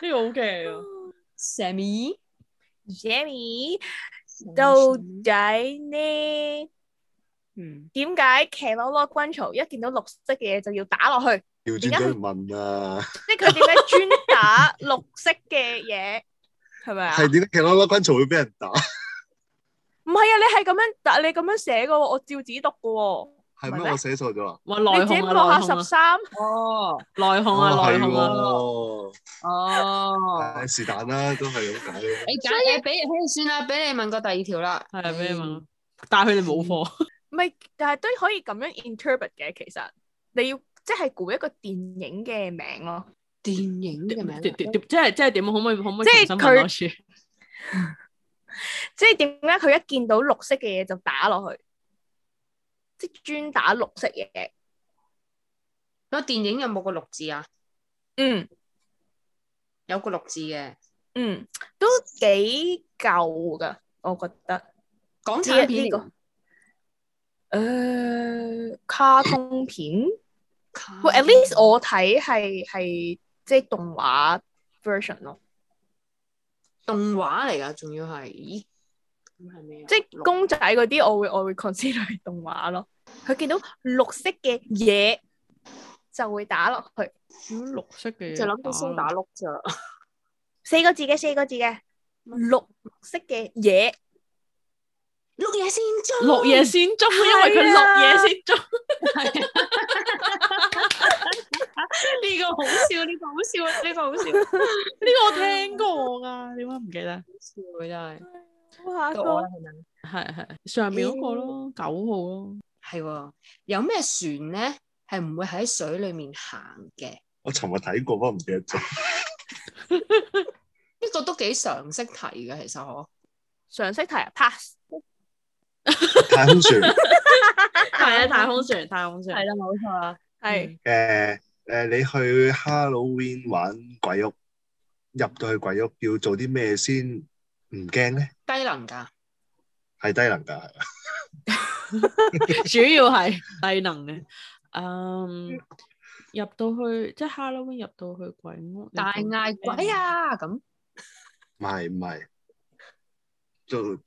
Speaker 1: 呢個好奇啊！
Speaker 4: Sammy
Speaker 2: Jamie 到底呢？
Speaker 4: 嗯，
Speaker 2: 點解騎樓攞軍曹一見到綠色嘅嘢就要打落 去？
Speaker 3: 調轉咗去問啊，
Speaker 2: 即係佢點解專打綠色嘅嘢？係咪啊？
Speaker 3: 係點解騎樓攞軍曹會俾人打？
Speaker 2: 唔係啊！你係咁樣打，你咁樣寫噶喎，我照紙讀噶喎。
Speaker 3: 係
Speaker 2: 唔係
Speaker 3: 咩？
Speaker 2: 咩
Speaker 3: 我寫錯咗啊？
Speaker 1: 哇，
Speaker 2: 你
Speaker 1: 內
Speaker 2: 自己
Speaker 1: 控
Speaker 2: 落
Speaker 1: 啊，內
Speaker 2: 下
Speaker 1: 控啊
Speaker 2: 十，三，
Speaker 4: 哦
Speaker 1: 內控啊，內控啊！
Speaker 3: 哦，
Speaker 4: ờ.
Speaker 3: 係
Speaker 4: 哦
Speaker 3: 喎，是但啦，都係咁解啦。
Speaker 4: 你揀你俾，唉算啦，俾你問過第二條啦。
Speaker 1: 係啊俾你問？但係佢哋冇貨，
Speaker 2: 唔係，但係都可以咁樣 interpret 嘅。其實你要即係估一個電影嘅名咯。
Speaker 4: 電影嘅名啊，
Speaker 1: 即即係即係點？可唔可以可唔可以
Speaker 2: 即係
Speaker 1: 重新問多次？
Speaker 2: 即係點解佢一見到綠色嘅嘢就打落去？即係專打綠色嘢。
Speaker 4: 個電影有冇個綠字啊？
Speaker 2: 嗯
Speaker 4: 有個綠字嘅
Speaker 2: 嗯，都幾舊噶，我覺得。
Speaker 4: 港
Speaker 2: 呢
Speaker 4: 產
Speaker 2: 呢
Speaker 4: 片嚟㗎
Speaker 2: 個。誒、呃卡通片，
Speaker 1: 嗯
Speaker 2: 喂，at least 我睇係係即係動畫 version 咯，
Speaker 4: 動畫嚟㗎，仲要係，咦？咁係咩啊？
Speaker 2: 即係公仔嗰啲，我會我會 consider 係動畫咯。佢見到綠色嘅嘢就會打落去，
Speaker 1: 綠色
Speaker 2: Ừ,
Speaker 1: 嘅嘢
Speaker 4: 就
Speaker 2: ờ.
Speaker 4: 諗到蘇打綠咋。
Speaker 2: 四個字嘅四個字嘅綠色嘅嘢，
Speaker 4: 綠野仙蹤，
Speaker 1: 綠哦夜先中，因為佢
Speaker 2: 係啊
Speaker 1: 綠夜先中。
Speaker 4: 呢個好笑，呢個好笑啊，呢個好笑，好
Speaker 1: 呢個我聽過㗎，點解唔記得？
Speaker 4: 笑 啊真係。
Speaker 2: 哇！
Speaker 4: 到我啦，係咪？
Speaker 1: 係係上面嗰個咯，九號咯。
Speaker 4: 係喎，有咩船咧係唔會喺水裡面行嘅？
Speaker 3: 我尋日睇過，不過唔記得咗。
Speaker 4: 呢個都幾常識題嘅，其實嗬。
Speaker 2: 常識題啊 pass，
Speaker 3: 太空船
Speaker 1: 係啊，太空船，太空船。嗯
Speaker 4: 啦，冇錯啊啦。
Speaker 2: 係
Speaker 3: 誒誒，呃你去 Halloween 玩鬼屋，入到去鬼屋要做啲咩先唔驚咧？
Speaker 4: 低能㗎，
Speaker 3: 係低能㗎，係
Speaker 1: 主要係低能嘅。嗯，入到去即係 Halloween 入到去鬼屋，你
Speaker 4: 大
Speaker 1: 做
Speaker 4: 嗌
Speaker 1: 咩
Speaker 4: 鬼！啊咁，
Speaker 3: 唔係唔係，都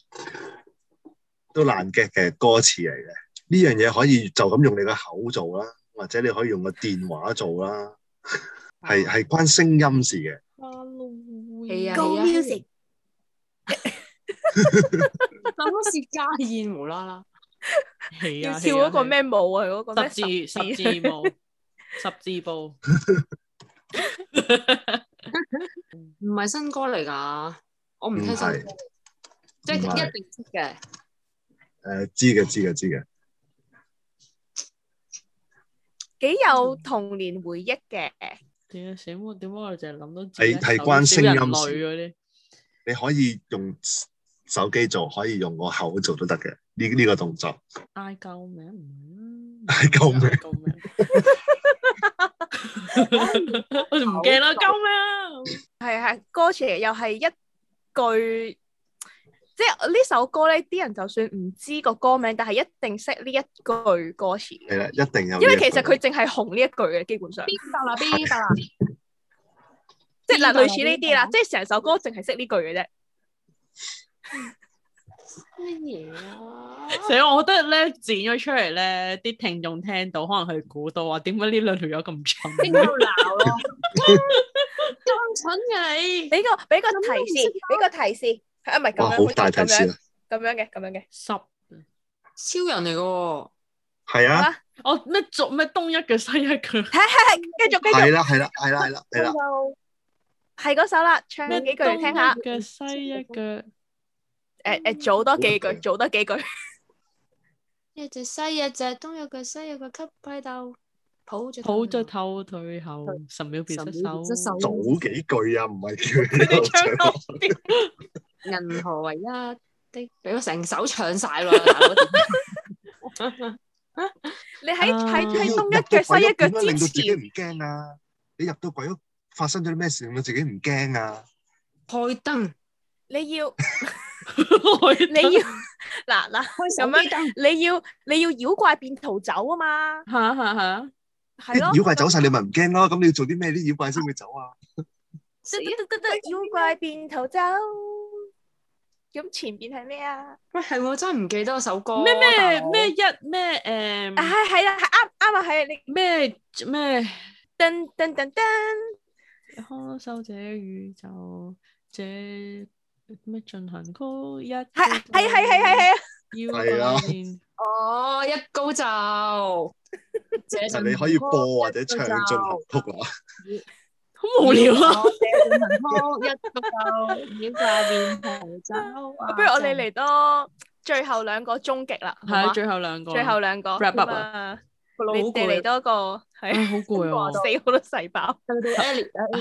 Speaker 3: 都難嘅嘅歌詞嚟嘅。呢樣嘢可以就咁用你個口做啦，或者你可以用個電話做啦，係
Speaker 4: 哦
Speaker 3: 啊係關聲音事嘅。
Speaker 1: Halloween
Speaker 4: 係啊
Speaker 2: Go music
Speaker 4: 咁好似家燕無啦啦，
Speaker 1: 係啊，
Speaker 2: 要
Speaker 1: 係啊
Speaker 2: 跳嗰個？咩舞啊？嗰個
Speaker 1: 係啊
Speaker 2: 咩
Speaker 1: 十字十字舞，十字步。
Speaker 4: 唔係新歌嚟㗎，我唔聽
Speaker 3: 唔嗯
Speaker 4: 新
Speaker 3: 係
Speaker 4: 歌，即係
Speaker 3: 唔係
Speaker 4: 一定識嘅。
Speaker 3: 誒，知嘅知嘅知嘅，
Speaker 2: 幾有童年回憶嘅。
Speaker 1: 點啊？死我！點解我淨係諗到自
Speaker 3: 係
Speaker 1: 己
Speaker 3: 係
Speaker 1: 手
Speaker 3: 關
Speaker 1: 小
Speaker 3: 聲
Speaker 1: 人
Speaker 3: 音
Speaker 1: 類
Speaker 3: 事
Speaker 1: 嗰啲？
Speaker 3: 你可以用手機做，可以用個口做都得嘅。呢呢個動作
Speaker 1: 嗌救命唔係啦！
Speaker 3: 係救命。
Speaker 1: 救 命！我就唔驚啦，救命啊！
Speaker 2: 係係歌詞又係一句，即係呢首歌咧，啲人就算唔知個歌名，但係一定識呢一句歌詞嘅
Speaker 3: 係啦，一定有呢一句。
Speaker 2: 因為其實佢淨係紅呢一句嘅，基本上
Speaker 4: 邊得啦，邊得啦，
Speaker 2: 即係嗱，
Speaker 4: 邊個
Speaker 2: 類似呢啲啦，
Speaker 4: 邊
Speaker 2: 即係成首歌淨係識呢句嘅啫。
Speaker 4: 乜嘢啊？
Speaker 1: 所以我覺得咧剪咗出嚟咧，啲聽眾聽到可能佢估到啊，點解呢兩條友咁
Speaker 4: 邊
Speaker 1: 蠢？
Speaker 4: 度鬧咯？咁蠢嘅你，
Speaker 2: 俾個俾個
Speaker 4: 咁都唔
Speaker 2: 提示
Speaker 4: 識，
Speaker 2: 俾個提示，係啊，唔係咁
Speaker 3: 哇，
Speaker 2: 樣，
Speaker 3: 好大提示
Speaker 2: 咁樣
Speaker 3: 啊！
Speaker 2: 咁樣嘅，咁樣嘅。
Speaker 1: 十
Speaker 4: 超人嚟嘅喎，
Speaker 3: 係
Speaker 2: 好
Speaker 3: 啊，
Speaker 2: 啦，
Speaker 1: 我哦咩做咩東一腳西一腳，
Speaker 2: 繼續繼
Speaker 3: 係
Speaker 2: 續，
Speaker 3: 啦，係啦，係啦，係啦，係啦，
Speaker 2: 就係嗰首啦，唱
Speaker 1: 咩
Speaker 2: 幾句
Speaker 1: 東
Speaker 2: 嚟聽下
Speaker 1: 一。腳西一腳，
Speaker 2: 誒誒，組多幾句，組多幾句。
Speaker 4: 一隻西一隻東，有個西有個吸批鬥，抱住
Speaker 1: 抱咗頭退後，十秒變失手。
Speaker 4: 失手，
Speaker 3: 早幾句啊，唔係叫
Speaker 1: 佢
Speaker 3: 佢
Speaker 1: 哋唱歌，
Speaker 4: 銀河唯一的，俾我成首唱晒咯，大佬點
Speaker 2: 你喺喺喺
Speaker 1: 啊
Speaker 2: 東一 腳西一腳
Speaker 3: 點樣令到
Speaker 2: 之
Speaker 3: 自己
Speaker 2: 前，
Speaker 3: 唔驚啊！你入到鬼屋發生咗啲咩事，令到自己唔驚啊？
Speaker 4: 開燈，
Speaker 2: 你要你
Speaker 1: 你
Speaker 2: 要 嗱嗱，
Speaker 4: 開
Speaker 2: 手機你要你要妖怪變逃走啊嘛，
Speaker 1: 嚇嚇嚇，
Speaker 2: 係咯。
Speaker 3: 啲妖怪走晒，你咪唔驚咯。咁你要做啲咩？啲妖怪先會走啊？
Speaker 4: 死啊！
Speaker 2: 得得得，妖怪變逃走。咁前邊係咩啊？
Speaker 4: 喂，係我真係唔記得首歌
Speaker 1: 咩
Speaker 4: 大
Speaker 1: 咩
Speaker 4: 佬
Speaker 1: 咩一咩誒
Speaker 2: 哦啊係係啦，係啱啱啊，係啊你
Speaker 1: 咩咩
Speaker 2: 噔噔噔噔，
Speaker 1: 看守這宇宙這咩進行曲一
Speaker 2: 係係係係係係啊！
Speaker 1: 要
Speaker 3: 係啊
Speaker 1: 扮演
Speaker 4: 哦，一 高就，
Speaker 3: 其實你可以播或者唱進行曲啊。
Speaker 1: 好無聊啊！
Speaker 4: 一高就，妖怪變逃走。
Speaker 2: 不如 我哋嚟多最後兩個終極啦，好嘛
Speaker 1: 係最後兩個，
Speaker 2: 最後兩個
Speaker 1: wrap up à? 啊
Speaker 2: 啊！
Speaker 4: 個
Speaker 2: 你哋嚟多個係
Speaker 1: 唉好 攰啊！
Speaker 2: 死好多細胞，
Speaker 1: 係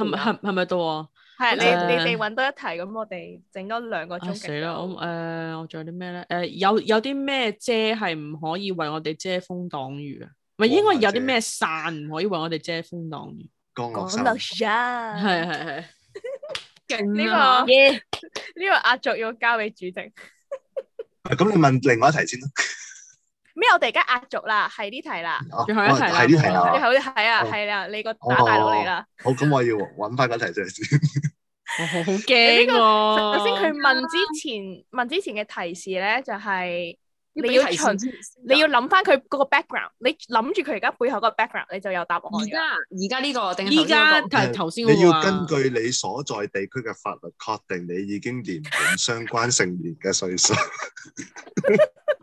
Speaker 1: 咪係係咪到啊？
Speaker 2: 係你
Speaker 1: 誒
Speaker 2: 你哋揾多一題，咁我哋整多兩個
Speaker 1: 唉
Speaker 2: 終極。
Speaker 1: 啊死啦！我誒我仲有啲咩咧？誒有有啲咩遮係唔可以為我哋遮風擋雨啊？咪應該有啲咩傘唔可以為我哋遮風擋雨？
Speaker 3: 降落
Speaker 2: 講
Speaker 3: 手
Speaker 2: 落山，
Speaker 1: 係係係。
Speaker 4: 勁
Speaker 2: 啊
Speaker 4: 呢
Speaker 2: 呢個壓軸要交俾主席。
Speaker 3: 咁你問另外一題先啦。
Speaker 2: 咩？我哋而家壓軸啦，係呢題啦，
Speaker 3: 啊
Speaker 1: 最後一題啦
Speaker 3: 係呢題
Speaker 2: 最
Speaker 3: 啦。
Speaker 2: 後係啊
Speaker 3: 哦
Speaker 2: 係啦，你個打大佬嚟啦。
Speaker 3: 好，咁我要揾翻嗰題出嚟先。
Speaker 1: 我好好驚
Speaker 2: 呢個
Speaker 1: 喎！
Speaker 2: 首先佢問之前問之前嘅提示咧，就係
Speaker 4: 個
Speaker 2: 你要循你要諗翻佢嗰個 background，你諗住佢而家背後嗰個 background，你就有答案
Speaker 4: 而
Speaker 2: 㗎。
Speaker 4: 家而家呢個定
Speaker 1: 依家
Speaker 4: 係
Speaker 1: 係頭先
Speaker 3: 你
Speaker 1: 嗰個
Speaker 3: 要
Speaker 1: 啊
Speaker 3: 根據你所在地區嘅法律確定你已經年滿相關成年嘅歲數。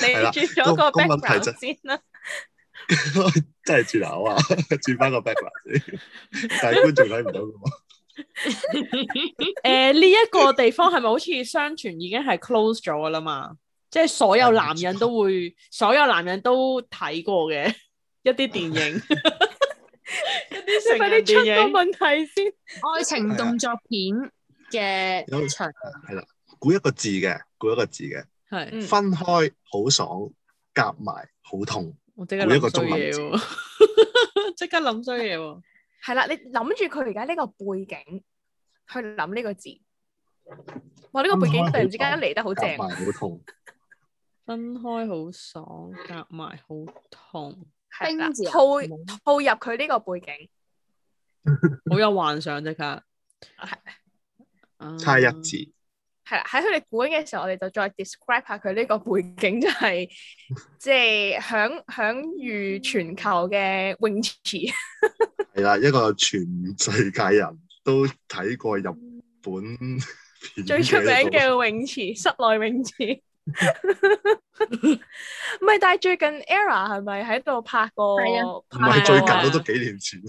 Speaker 2: 你
Speaker 3: 係啦
Speaker 2: 轉咗個
Speaker 3: 個個問題就
Speaker 2: background 先啦。
Speaker 3: 真係轉頭啊！ 轉翻個 background 先，但係觀眾睇唔到噶嘛。
Speaker 1: 誒呃呢一個地方係咪好似相傳已經係 close 咗噶啦嘛？即係所有男人都會，所有男人都睇過嘅一啲電影， 一啲
Speaker 2: 你
Speaker 1: 成
Speaker 2: 快
Speaker 1: 人
Speaker 2: 啲出
Speaker 1: 電影。
Speaker 2: 個問題先。
Speaker 4: 愛情動作片嘅場
Speaker 3: 估一個字嘅，估一個字嘅，
Speaker 1: 係，
Speaker 2: 嗯
Speaker 3: 分開好爽，夾埋好痛。
Speaker 1: 我即刻
Speaker 3: 每一
Speaker 1: 諗
Speaker 3: 個
Speaker 1: 衰
Speaker 3: 中文
Speaker 1: 嘢
Speaker 3: 字
Speaker 1: 喎， 即刻諗衰嘢喎。
Speaker 2: 係啦，你諗住佢而家呢個背景去諗呢個字。哇！呢個背景突然之間嚟得好正
Speaker 3: 夾。埋好痛，
Speaker 1: 分開好爽，夾埋好痛，
Speaker 2: 係啦
Speaker 4: 丁字啊
Speaker 2: 套套入佢呢個背景，
Speaker 1: 好有幻想即刻。
Speaker 2: 嗯
Speaker 3: 猜一
Speaker 1: 啊
Speaker 3: 字。
Speaker 2: 係啦，喺佢哋估嘅時候，我哋就再 describe 下佢呢個背景，就 係即係享享譽全球嘅泳池，
Speaker 3: 嗯係啦，一個全世界人都睇過日本片
Speaker 2: 最出名嘅
Speaker 3: 一個
Speaker 2: 泳池，室內泳 池。唔係，但係最近 ERA 係咪喺度拍過？
Speaker 4: 係
Speaker 3: 唔
Speaker 1: 係
Speaker 3: 係最近
Speaker 1: 啊
Speaker 3: 都都幾年前，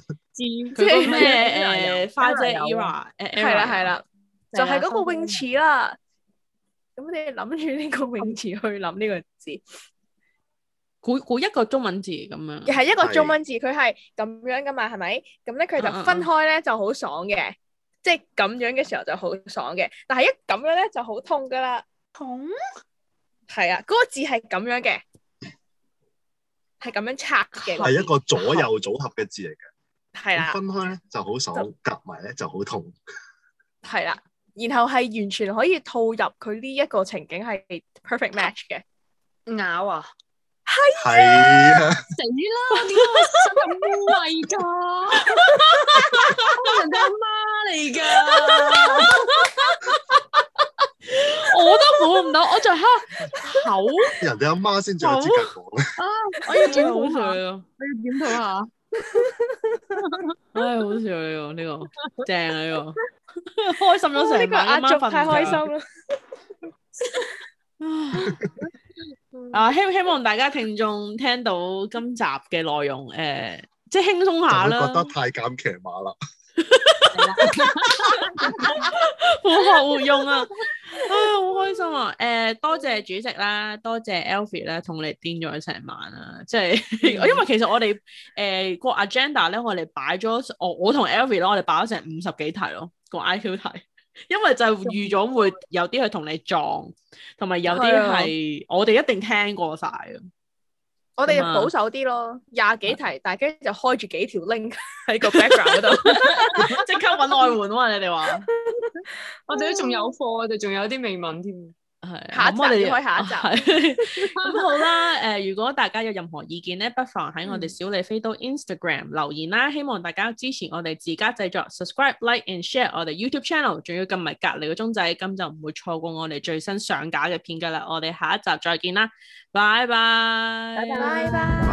Speaker 1: 佢
Speaker 4: 戰
Speaker 1: 嗰個咩
Speaker 4: 咩
Speaker 1: 誒花姐 era 啊誒
Speaker 2: 係啦係，
Speaker 1: era
Speaker 2: 啦，就係嗰個泳池啦。咁你諗住呢個泳池去諗呢個字，
Speaker 1: 估估一個中文字咁樣。
Speaker 2: 係一個
Speaker 3: 係
Speaker 2: 中文字，佢係咁樣噶嘛，係咪？咁咧
Speaker 1: 嗯
Speaker 2: 佢
Speaker 1: 嗯
Speaker 2: 就分開咧就好爽嘅，即係咁樣嘅時候就好爽嘅，但係一咁樣咧就好痛噶啦。
Speaker 4: 痛
Speaker 2: 係啊，嗰、個字係咁樣嘅，係咁樣拆嘅，
Speaker 3: 係一個左右組合嘅字嚟
Speaker 2: 係
Speaker 3: 嘅。
Speaker 2: 啦
Speaker 3: 分開咧就好爽，夾埋咧就好痛。
Speaker 2: 係啦，然後係完全可以套入佢呢一個情景係 perfect match 嘅。
Speaker 4: 咬啊！
Speaker 3: 係啊，
Speaker 4: 啊死啦！我點解我身咁污穢㗎？人哋阿媽嚟㗎。
Speaker 1: 我都估唔到，我就嚇口哎
Speaker 3: 人哋阿媽先最有資格 講。
Speaker 4: 啊！我要檢
Speaker 1: 好
Speaker 4: 討下，我
Speaker 1: 笑啊！
Speaker 4: 要檢討下。
Speaker 1: 唉，好笑啊呢個呢個正啊呢個，開心咗
Speaker 2: 哦呢
Speaker 1: 成
Speaker 2: 個
Speaker 1: 晚，
Speaker 2: 壓
Speaker 1: 今晚
Speaker 2: 軸
Speaker 1: 瞓唔
Speaker 2: 太
Speaker 1: 着
Speaker 2: 開心啦。
Speaker 1: 啊，希希望大家聽眾聽到今集嘅內容，誒、即係輕鬆下
Speaker 3: 就
Speaker 1: 啦
Speaker 3: 會，覺得太監騎馬啦，
Speaker 4: 啊
Speaker 1: 活學活用啊， 啊，好開心啊！誒、多謝主席啦，多謝 Alfie 啦，同你癲咗成晚啦，即係因為其實我哋誒個 agenda 咧，我哋擺咗我我同 Alfie 咯，我哋擺咗成五十幾題咯，個 IQ 題。因為就預咗會有啲係同你撞，同埋有啲
Speaker 2: 係啊
Speaker 1: 係我哋一定聽過晒嘅。
Speaker 2: 我哋
Speaker 1: 咁啊
Speaker 2: 保守啲咯，廿幾題，但係跟住就開住幾條 link 喺 個 background 嗰度。
Speaker 1: 即刻揾外援喎、你哋話
Speaker 4: 我哋都仲有課，我哋仲有啲未問添。
Speaker 1: 係
Speaker 2: 下一集
Speaker 1: 咁我哋
Speaker 2: 要開下一集
Speaker 1: 啊 係咁好啦，誒、如果大家有任何意見咧，不妨喺我哋
Speaker 2: 嗯
Speaker 1: 小李飛刀 Instagram 留言啦。希望大家支持我哋自家製作，subscribe、like and share 我哋 YouTube channel，仲要撳埋隔離個鐘仔，咁就唔會錯過我哋最新上架嘅片㗎啦。我哋下一集再見啦，拜拜，
Speaker 2: 拜拜。